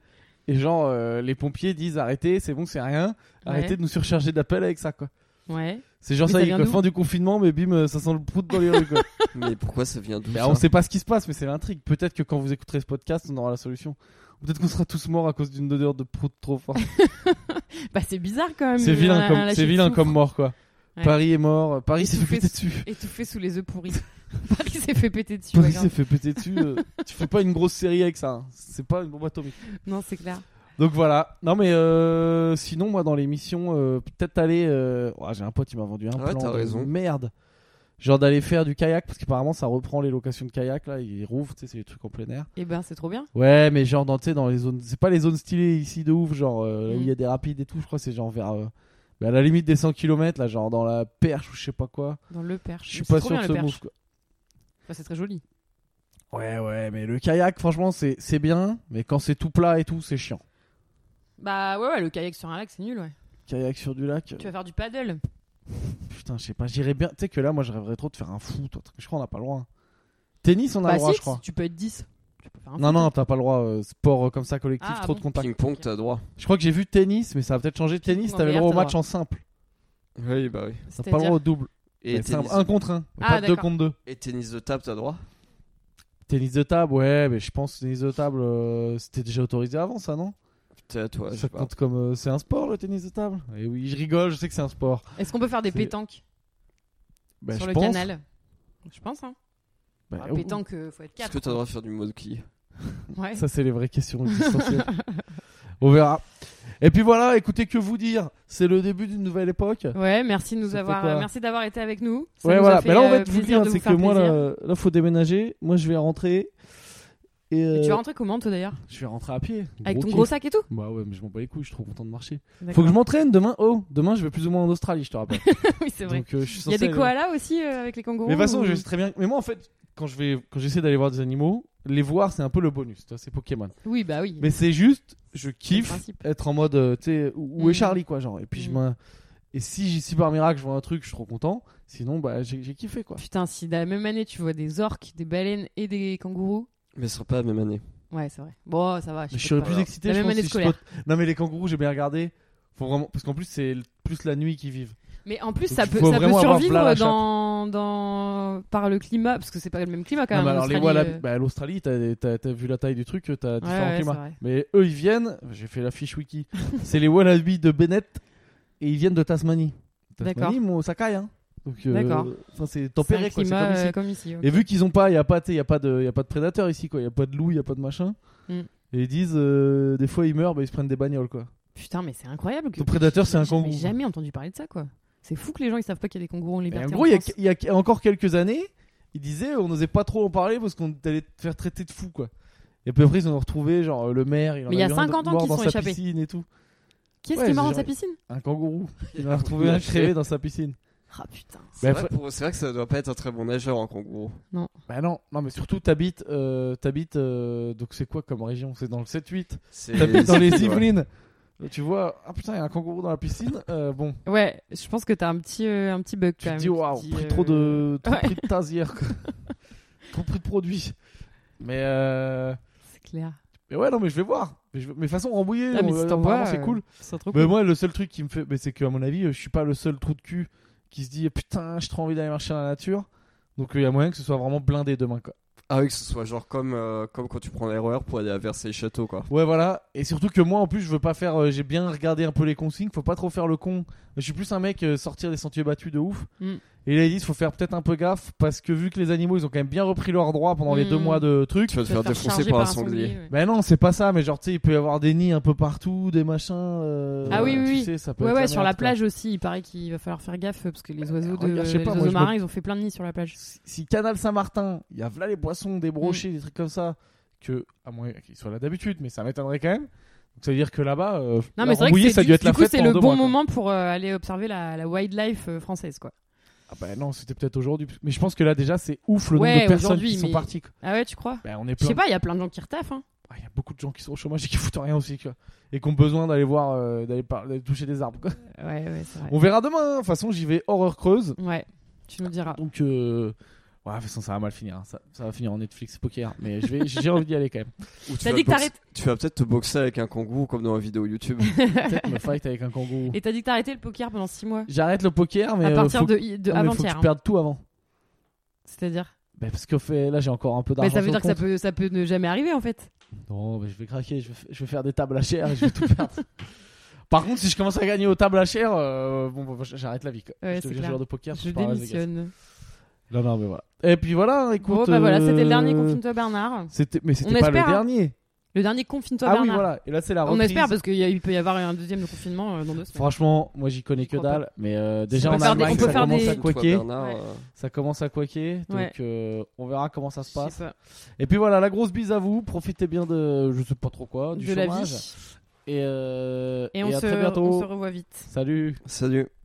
[SPEAKER 2] Et genre, euh, les pompiers disent arrêtez, c'est bon, c'est rien. Arrêtez
[SPEAKER 3] Ouais.
[SPEAKER 2] de nous surcharger d'appels avec ça, quoi.
[SPEAKER 3] Ouais.
[SPEAKER 2] C'est genre
[SPEAKER 3] Mais
[SPEAKER 2] ça,
[SPEAKER 3] ça
[SPEAKER 2] y est,
[SPEAKER 3] vient
[SPEAKER 2] quoi,
[SPEAKER 3] d'où
[SPEAKER 2] fin du confinement, mais bim, euh, ça sent le prout dans les rues, quoi.
[SPEAKER 4] Mais pourquoi ça vient d'où
[SPEAKER 2] Bah,
[SPEAKER 4] ça
[SPEAKER 2] on sait pas ce qui se passe, mais c'est l'intrigue. Peut-être que quand vous écouterez ce podcast, on aura la solution. Ou Peut-être qu'on sera tous morts à cause d'une odeur de prout trop forte.
[SPEAKER 3] Ah, Bah, c'est bizarre quand même.
[SPEAKER 2] c'est
[SPEAKER 3] un- un
[SPEAKER 2] vilain comme,
[SPEAKER 3] lâcher
[SPEAKER 2] c'est
[SPEAKER 3] de
[SPEAKER 2] vilain
[SPEAKER 3] souffle.
[SPEAKER 2] comme mort, quoi.
[SPEAKER 3] Ouais.
[SPEAKER 2] Paris est mort, euh, Paris
[SPEAKER 3] Et
[SPEAKER 2] s'est fait
[SPEAKER 3] tout fait-
[SPEAKER 2] péter dessus.
[SPEAKER 3] Étouffé sous les œufs pourris. Paris s'est fait péter dessus. ouais,
[SPEAKER 2] Paris
[SPEAKER 3] grave.
[SPEAKER 2] s'est fait péter dessus. euh, tu fais pas une grosse série avec ça. hein. C'est pas une bombe atomique.
[SPEAKER 3] Non, c'est clair.
[SPEAKER 2] Donc voilà. Non mais euh, sinon moi dans l'émission euh, peut-être aller. euh, ouah, J'ai un pote qui m'a vendu un
[SPEAKER 4] Ouais,
[SPEAKER 2] plan
[SPEAKER 4] t'as
[SPEAKER 2] de
[SPEAKER 4] raison.
[SPEAKER 2] merde. Genre d'aller faire du kayak parce qu'apparemment ça reprend les locations de kayak là. Ils rouvrent, tu sais, c'est les trucs en plein air.
[SPEAKER 3] Et ben, c'est trop bien.
[SPEAKER 2] Ouais, mais genre dans, tu sais, dans les zones. C'est pas les zones stylées ici de ouf, genre euh, là où il y
[SPEAKER 3] Mm.
[SPEAKER 2] a des rapides et tout. Je crois que c'est genre vers. euh, mais à la limite des 100 km là, genre dans la perche ou je sais pas quoi.
[SPEAKER 3] Dans le perche.
[SPEAKER 2] Je suis
[SPEAKER 3] Mais c'est
[SPEAKER 2] pas
[SPEAKER 3] trop
[SPEAKER 2] sûr de
[SPEAKER 3] bien,
[SPEAKER 2] ce
[SPEAKER 3] le perche.
[SPEAKER 2] move. quoi.
[SPEAKER 3] Enfin, c'est très joli.
[SPEAKER 2] Ouais, ouais, mais le kayak, franchement, c'est c'est bien, mais quand c'est tout plat et tout, c'est chiant.
[SPEAKER 3] Bah, ouais, ouais, le kayak sur un lac, c'est nul, ouais.
[SPEAKER 2] Kayak sur du lac. euh,
[SPEAKER 3] Tu vas faire du paddle.
[SPEAKER 2] Putain, je sais pas, j'irais bien. Tu sais que là, moi, je rêverais trop de faire un foot. un truc. Je crois qu'on n'a pas le droit. hein. Tennis, on a
[SPEAKER 3] bah,
[SPEAKER 2] le droit,
[SPEAKER 3] si,
[SPEAKER 2] je crois.
[SPEAKER 3] tu peux être 10. Tu peux faire un
[SPEAKER 2] Non,
[SPEAKER 3] foot.
[SPEAKER 2] non, t'as pas le droit. euh, sport euh, comme ça, collectif,
[SPEAKER 3] Ah,
[SPEAKER 2] trop
[SPEAKER 3] bon.
[SPEAKER 2] de contact.
[SPEAKER 4] Ping-pong, t'as droit.
[SPEAKER 2] Je crois que j'ai vu tennis, mais ça a peut-être changé. Tennis,
[SPEAKER 3] en
[SPEAKER 2] t'avais le
[SPEAKER 3] VR,
[SPEAKER 2] droit au
[SPEAKER 3] t'as
[SPEAKER 2] match
[SPEAKER 3] droit.
[SPEAKER 2] en simple.
[SPEAKER 4] Oui, bah oui.
[SPEAKER 2] T'as pas le droit au double.
[SPEAKER 4] Et,
[SPEAKER 2] Mais c'est
[SPEAKER 4] tennis,
[SPEAKER 2] un, un contre un.
[SPEAKER 3] Ah,
[SPEAKER 2] pas de deux
[SPEAKER 3] d'accord.
[SPEAKER 2] contre deux.
[SPEAKER 4] et tennis de table, t'as droit
[SPEAKER 2] Tennis de table, ouais, mais je pense que tennis de table, euh, c'était déjà autorisé avant, ça, non
[SPEAKER 4] Putain, toi, je
[SPEAKER 2] Ça
[SPEAKER 4] sais pas.
[SPEAKER 2] compte comme. euh, c'est un sport, le tennis de table Et oui, je rigole, je sais que c'est un sport.
[SPEAKER 3] Est-ce qu'on peut faire des
[SPEAKER 2] C'est-
[SPEAKER 3] pétanques
[SPEAKER 2] Bah,
[SPEAKER 3] sur
[SPEAKER 2] je
[SPEAKER 3] le
[SPEAKER 2] pense.
[SPEAKER 3] canal Je pense, hein.
[SPEAKER 2] Bah,
[SPEAKER 3] Ah,
[SPEAKER 2] oh,
[SPEAKER 3] pétanque, euh, faut être
[SPEAKER 4] Est-ce
[SPEAKER 3] 4.
[SPEAKER 4] que t'as le droit de faire du monoki
[SPEAKER 3] Ouais.
[SPEAKER 2] Ça, c'est les vraies questions existentielles. On verra. Et puis voilà, écoutez que vous dire. C'est le début d'une nouvelle époque.
[SPEAKER 3] Ouais, merci de nous
[SPEAKER 2] Ça fait
[SPEAKER 3] avoir,
[SPEAKER 2] quoi
[SPEAKER 3] euh, merci d'avoir été avec nous. Ça
[SPEAKER 2] ouais,
[SPEAKER 3] nous a
[SPEAKER 2] voilà.
[SPEAKER 3] fait,
[SPEAKER 2] Mais là, on va
[SPEAKER 3] euh,
[SPEAKER 2] être vous
[SPEAKER 3] plaisir
[SPEAKER 2] dire,
[SPEAKER 3] de
[SPEAKER 2] c'est
[SPEAKER 3] vous
[SPEAKER 2] que
[SPEAKER 3] faire
[SPEAKER 2] moi,
[SPEAKER 3] plaisir.
[SPEAKER 2] là, là, faut déménager. Moi, je vais rentrer. Et,
[SPEAKER 3] Et tu
[SPEAKER 2] euh,
[SPEAKER 3] vas rentrer comment, toi d'ailleurs
[SPEAKER 2] je vais rentrer à pied.
[SPEAKER 3] Avec ton
[SPEAKER 2] pied.
[SPEAKER 3] gros sac et tout
[SPEAKER 2] Bah ouais, mais je m'en bats les couilles, je suis trop content de marcher. Faut
[SPEAKER 3] D'accord.
[SPEAKER 2] que je m'entraîne demain. Oh, demain, je vais plus ou moins en Australie, je te rappelle.
[SPEAKER 3] Oui, c'est vrai.
[SPEAKER 2] Donc, euh, je suis
[SPEAKER 3] Il y a
[SPEAKER 2] censé
[SPEAKER 3] des
[SPEAKER 2] aller-
[SPEAKER 3] koalas aussi euh, avec les kangourous.
[SPEAKER 2] Mais de toute façon,
[SPEAKER 3] ou-
[SPEAKER 2] je sais très bien. Mais moi, en fait, quand je vais, quand j'essaie d'aller voir des animaux, les voir, c'est un peu le bonus. tu vois, C'est Pokémon.
[SPEAKER 3] Oui, bah oui.
[SPEAKER 2] Mais c'est juste, je
[SPEAKER 3] C'est le
[SPEAKER 2] kiffe
[SPEAKER 3] principe.
[SPEAKER 2] être en mode, euh, tu sais, où, où est
[SPEAKER 3] Mm.
[SPEAKER 2] Charlie, quoi, genre. Et puis je
[SPEAKER 3] Mm.
[SPEAKER 2] m'en- Et si, j'y- si par miracle je vois un truc, je suis trop content. Sinon, bah, j'ai j'ai kiffé, quoi.
[SPEAKER 3] Putain, si dans la même année tu vois des orques, des baleines et des kangourous.
[SPEAKER 4] Mais ce sera pas la même année.
[SPEAKER 3] Ouais, c'est vrai. Bon, ça va.
[SPEAKER 2] Mais je
[SPEAKER 3] sais
[SPEAKER 2] serais
[SPEAKER 3] pas.
[SPEAKER 2] plus excité.
[SPEAKER 3] La
[SPEAKER 2] je
[SPEAKER 3] même
[SPEAKER 2] pense,
[SPEAKER 3] année
[SPEAKER 2] si je
[SPEAKER 3] scolaire.
[SPEAKER 2] saute- Non mais les kangourous, j'ai bien regardé. Faut vraiment parce qu'en plus c'est l- plus la nuit qu'ils vivent.
[SPEAKER 3] Mais en plus,
[SPEAKER 2] Donc,
[SPEAKER 3] ça
[SPEAKER 2] il
[SPEAKER 3] peut,
[SPEAKER 2] faut
[SPEAKER 3] ça peut
[SPEAKER 2] vraiment avoir plat la chatte.
[SPEAKER 3] survivre dans, dans, par le climat, parce que c'est pas le même climat quand
[SPEAKER 2] Non,
[SPEAKER 3] même.
[SPEAKER 2] mais
[SPEAKER 3] en
[SPEAKER 2] alors les
[SPEAKER 3] Australie,
[SPEAKER 2] Wallabies-
[SPEAKER 3] euh.
[SPEAKER 2] bah, l'Australie, t'as des- t'as t'as vu la taille du truc, euh, t'as
[SPEAKER 3] Ouais,
[SPEAKER 2] différents
[SPEAKER 3] ouais, c'est
[SPEAKER 2] climats.
[SPEAKER 3] vrai.
[SPEAKER 2] Mais eux ils viennent, j'ai fait la fiche wiki. c'est les wallabies de Bennett et ils viennent de Tasmanie. Tasmanie,
[SPEAKER 3] D'accord.
[SPEAKER 2] mon Sakai hein. Donc euh,
[SPEAKER 3] D'accord.
[SPEAKER 2] enfin c'est
[SPEAKER 3] C'est un
[SPEAKER 2] tempéré quoi, c'est
[SPEAKER 3] climat,
[SPEAKER 2] comme ici.
[SPEAKER 3] euh, comme ici. ouais.
[SPEAKER 2] Et vu qu'ils ont pas, y a pas, t'sais, y a pas de, y a pas de prédateurs ici quoi, y a pas de loup, y a pas de machin.
[SPEAKER 3] Mm.
[SPEAKER 2] Et ils disent, euh, des fois ils meurent, bah, ils se prennent des bagnoles quoi.
[SPEAKER 3] Putain, mais c'est incroyable. Que...
[SPEAKER 2] Le prédateur c'est un
[SPEAKER 3] J'avais
[SPEAKER 2] kangourou.
[SPEAKER 3] jamais entendu parler de ça, quoi. C'est fou que les gens ils savent pas qu'il y a des kangourous en
[SPEAKER 2] Et
[SPEAKER 3] liberté.
[SPEAKER 2] en
[SPEAKER 3] en
[SPEAKER 2] gros, il y a-
[SPEAKER 3] France.
[SPEAKER 2] il y, a encore quelques années, ils disaient on n'osait pas trop en parler parce qu'on allait te faire traiter de fou, quoi. Et puis après, ils ont retrouvé, genre, le maire, il en
[SPEAKER 3] Mais il y
[SPEAKER 2] a
[SPEAKER 3] a
[SPEAKER 2] eu un
[SPEAKER 3] 50 ans
[SPEAKER 2] mort
[SPEAKER 3] qu'ils
[SPEAKER 2] dans
[SPEAKER 3] sont
[SPEAKER 2] sa
[SPEAKER 3] échappés.
[SPEAKER 2] piscine et tout.
[SPEAKER 3] Qui est-ce
[SPEAKER 2] Ouais,
[SPEAKER 3] qui est mort
[SPEAKER 2] j'ai-
[SPEAKER 3] dans sa piscine
[SPEAKER 2] Un kangourou. Il en a retrouvé un crevé dans sa piscine.
[SPEAKER 3] Ah putain.
[SPEAKER 4] C'est
[SPEAKER 2] Bah,
[SPEAKER 4] vrai,
[SPEAKER 2] fra-
[SPEAKER 4] pour- c'est vrai que ça doit pas être un très bon nageur hein, en kangourou.
[SPEAKER 2] Bah non, non, mais surtout, t'habites, euh, t'habites, euh, donc c'est quoi comme région C'est dans le 7-8.
[SPEAKER 4] C'est-
[SPEAKER 2] T'habites dans les
[SPEAKER 4] c'est- ouais.
[SPEAKER 2] Yvelines. Tu vois, ah putain, il y a un kangourou dans la piscine. Euh, bon,
[SPEAKER 3] Ouais, je pense que t'as un petit, euh, un petit bug
[SPEAKER 2] tu
[SPEAKER 3] quand
[SPEAKER 2] te
[SPEAKER 3] même.
[SPEAKER 2] dis, waouh,
[SPEAKER 3] qui,
[SPEAKER 2] pris
[SPEAKER 3] euh,
[SPEAKER 2] trop de, trop
[SPEAKER 3] ouais.
[SPEAKER 2] pris de tasières, quoi. trop pris de produits. Mais euh,
[SPEAKER 3] C'est clair.
[SPEAKER 2] Mais ouais, non, mais je vais voir. Mais, je... mais de toute façon, Rambouillet,
[SPEAKER 3] Ah, mais
[SPEAKER 2] on-
[SPEAKER 3] si t'en
[SPEAKER 2] apparemment,
[SPEAKER 3] vois,
[SPEAKER 2] c'est
[SPEAKER 3] euh,
[SPEAKER 2] cool.
[SPEAKER 3] C'est trop
[SPEAKER 2] Mais
[SPEAKER 3] cool.
[SPEAKER 2] moi, le seul truc qui me fait. Mais c'est qu'à mon avis, je suis pas le seul trou de cul qui se dit putain, j'ai trop envie d'aller marcher dans la nature. Donc il y a moyen que ce soit vraiment blindé demain, quoi.
[SPEAKER 4] Ah oui, que ce soit genre comme, euh, comme quand tu prends l'erreur pour aller à Versailles-Château, quoi.
[SPEAKER 2] Ouais, voilà. Et surtout que moi, en plus, je veux pas faire. euh, j'ai bien regardé un peu les consignes, faut pas trop faire le con. Je suis plus un mec euh, sortir des sentiers battus de ouf.
[SPEAKER 3] Mm.
[SPEAKER 2] Et là, ils disent, faut faire peut-être un peu gaffe parce que vu que les animaux, ils ont quand même bien repris leurs droits pendant les
[SPEAKER 3] Mm.
[SPEAKER 2] deux mois de truc.
[SPEAKER 4] Tu vas te faire défoncer par un sanglier.
[SPEAKER 3] ouais.
[SPEAKER 2] Ben non, c'est pas ça, mais genre, tu sais, il peut y avoir des nids un peu partout, des machins. euh,
[SPEAKER 3] Ah oui, oui,
[SPEAKER 2] tu
[SPEAKER 3] oui.
[SPEAKER 2] sais, ça peut
[SPEAKER 3] Ouais,
[SPEAKER 2] être
[SPEAKER 3] ouais,
[SPEAKER 2] la
[SPEAKER 3] sur la
[SPEAKER 2] merde, quoi.
[SPEAKER 3] plage aussi, il paraît qu'il va falloir faire gaffe parce que les oiseaux, de,
[SPEAKER 2] Euh, regarde, je sais
[SPEAKER 3] les
[SPEAKER 2] pas, moi,
[SPEAKER 3] oiseaux
[SPEAKER 2] je me- Bah,
[SPEAKER 3] marins, ils ont fait plein de nids sur la plage.
[SPEAKER 2] Si, si Canal Saint-Martin, il y a là les poissons, des brochets,
[SPEAKER 3] Mm.
[SPEAKER 2] des trucs comme ça, que, à moins qu'ils soient là d'habitude, mais ça m'étonnerait quand même. Donc, ça veut dire que là-bas, euh,
[SPEAKER 3] Non,
[SPEAKER 2] la
[SPEAKER 3] mais c'est vrai que
[SPEAKER 2] Rambouillet,
[SPEAKER 3] c'est
[SPEAKER 2] ça a
[SPEAKER 3] du-
[SPEAKER 2] dû être
[SPEAKER 3] du
[SPEAKER 2] la
[SPEAKER 3] coup,
[SPEAKER 2] fête
[SPEAKER 3] c'est
[SPEAKER 2] pendant
[SPEAKER 3] le
[SPEAKER 2] deux
[SPEAKER 3] bon
[SPEAKER 2] mois, quoi.
[SPEAKER 3] moment pour euh, aller observer la, la wildlife euh, française, quoi.
[SPEAKER 2] Ah bah non, c'était peut-être aujourd'hui. Mais je pense que là déjà, c'est ouf le
[SPEAKER 3] Ouais,
[SPEAKER 2] nombre de personnes
[SPEAKER 3] aujourd'hui,
[SPEAKER 2] qui sont
[SPEAKER 3] mais-
[SPEAKER 2] parties. quoi.
[SPEAKER 3] Ah ouais, tu crois
[SPEAKER 2] Bah, on est
[SPEAKER 3] Je
[SPEAKER 2] plein.
[SPEAKER 3] sais pas, il y a plein de gens qui retaffent. Hein.
[SPEAKER 2] Ah, Il y a beaucoup de gens qui sont au chômage et qui foutent rien aussi. Quoi. Et qui ont besoin d'aller voir, euh, d'aller par- d'aller toucher des arbres. quoi.
[SPEAKER 3] Ouais, ouais, c'est vrai.
[SPEAKER 2] On verra demain. hein. De toute façon, j'y vais horreur creuse.
[SPEAKER 3] Ouais, tu nous diras.
[SPEAKER 2] Donc, euh... ouais, de toute façon, ça va mal finir. hein. Ça, ça va finir en Netflix poker. Mais je vais- j'ai envie d'y aller quand même.
[SPEAKER 4] Ou tu
[SPEAKER 3] T'as
[SPEAKER 4] vas
[SPEAKER 3] dit que
[SPEAKER 4] boxe-
[SPEAKER 3] t'arrêtes.
[SPEAKER 4] Tu vas peut-être te boxer avec un kangourou comme dans la vidéo YouTube.
[SPEAKER 2] Peut-être me fight avec un kangourou.
[SPEAKER 3] Et t'as dit que t'arrêtais le poker pendant 6 mois.
[SPEAKER 2] J'arrête le poker, mais
[SPEAKER 3] à
[SPEAKER 2] euh,
[SPEAKER 3] partir
[SPEAKER 2] faut...
[SPEAKER 3] de, de-
[SPEAKER 2] non, mais faut que
[SPEAKER 3] avant-hier.
[SPEAKER 2] tu
[SPEAKER 3] hein.
[SPEAKER 2] perdes tout avant.
[SPEAKER 3] C'est-à-dire
[SPEAKER 2] Bah, parce que fait, là, j'ai encore un peu
[SPEAKER 3] Mais
[SPEAKER 2] d'argent.
[SPEAKER 3] Bah, ça
[SPEAKER 2] sur
[SPEAKER 3] veut dire
[SPEAKER 2] le
[SPEAKER 3] que ça
[SPEAKER 2] compte.
[SPEAKER 3] peut, ça peut ne jamais arriver en fait.
[SPEAKER 2] Non, mais je vais craquer, je vais, f- je vais faire des tables à chair et je vais tout perdre. Par contre, si je commence à gagner aux tables à chair, euh, bon, bah, j'arrête la vie. Quoi.
[SPEAKER 3] Ouais,
[SPEAKER 2] je
[SPEAKER 3] c'est
[SPEAKER 2] deviens
[SPEAKER 3] clair.
[SPEAKER 2] joueur de poker.
[SPEAKER 3] Je
[SPEAKER 2] pars à Las Vegas.
[SPEAKER 3] démissionne.
[SPEAKER 2] Non, non, mais voilà. Et puis voilà, écoute.
[SPEAKER 3] Bon, bah voilà, c'était le dernier
[SPEAKER 2] euh,
[SPEAKER 3] Confine-toi Bernard.
[SPEAKER 2] C'était, mais c'était
[SPEAKER 3] On
[SPEAKER 2] pas
[SPEAKER 3] espère,
[SPEAKER 2] le
[SPEAKER 3] hein.
[SPEAKER 2] dernier.
[SPEAKER 3] Le dernier Confine-toi
[SPEAKER 2] ah oui,
[SPEAKER 3] Bernard.
[SPEAKER 2] voilà. Et là, c'est la
[SPEAKER 3] On
[SPEAKER 2] reprise.
[SPEAKER 3] espère parce qu'il y a- il peut y avoir un deuxième de confinement euh, dans deux semaines.
[SPEAKER 2] Franchement, moi, j'y connais
[SPEAKER 3] J'y
[SPEAKER 2] que
[SPEAKER 3] crois
[SPEAKER 2] dalle. Mais euh, déjà,
[SPEAKER 3] peut
[SPEAKER 2] en
[SPEAKER 3] faire des-
[SPEAKER 2] Allemagne,
[SPEAKER 3] on peut
[SPEAKER 2] ça
[SPEAKER 3] faire
[SPEAKER 2] commence
[SPEAKER 3] des-
[SPEAKER 2] à coquer.
[SPEAKER 4] Toi, Bernard,
[SPEAKER 3] Ouais.
[SPEAKER 4] euh,
[SPEAKER 2] Ça commence à coquer. Donc,
[SPEAKER 3] Ouais.
[SPEAKER 2] euh, on verra comment ça se
[SPEAKER 3] Je sais
[SPEAKER 2] passe.
[SPEAKER 3] pas.
[SPEAKER 2] Et puis voilà, la grosse bise à vous. Profitez bien de, je sais pas trop quoi, du
[SPEAKER 3] de la
[SPEAKER 2] chômage.
[SPEAKER 3] vie.
[SPEAKER 2] Et, euh,
[SPEAKER 3] Et on
[SPEAKER 2] à
[SPEAKER 3] se
[SPEAKER 2] très bientôt.
[SPEAKER 3] on se revoit vite.
[SPEAKER 2] Salut.
[SPEAKER 4] Salut.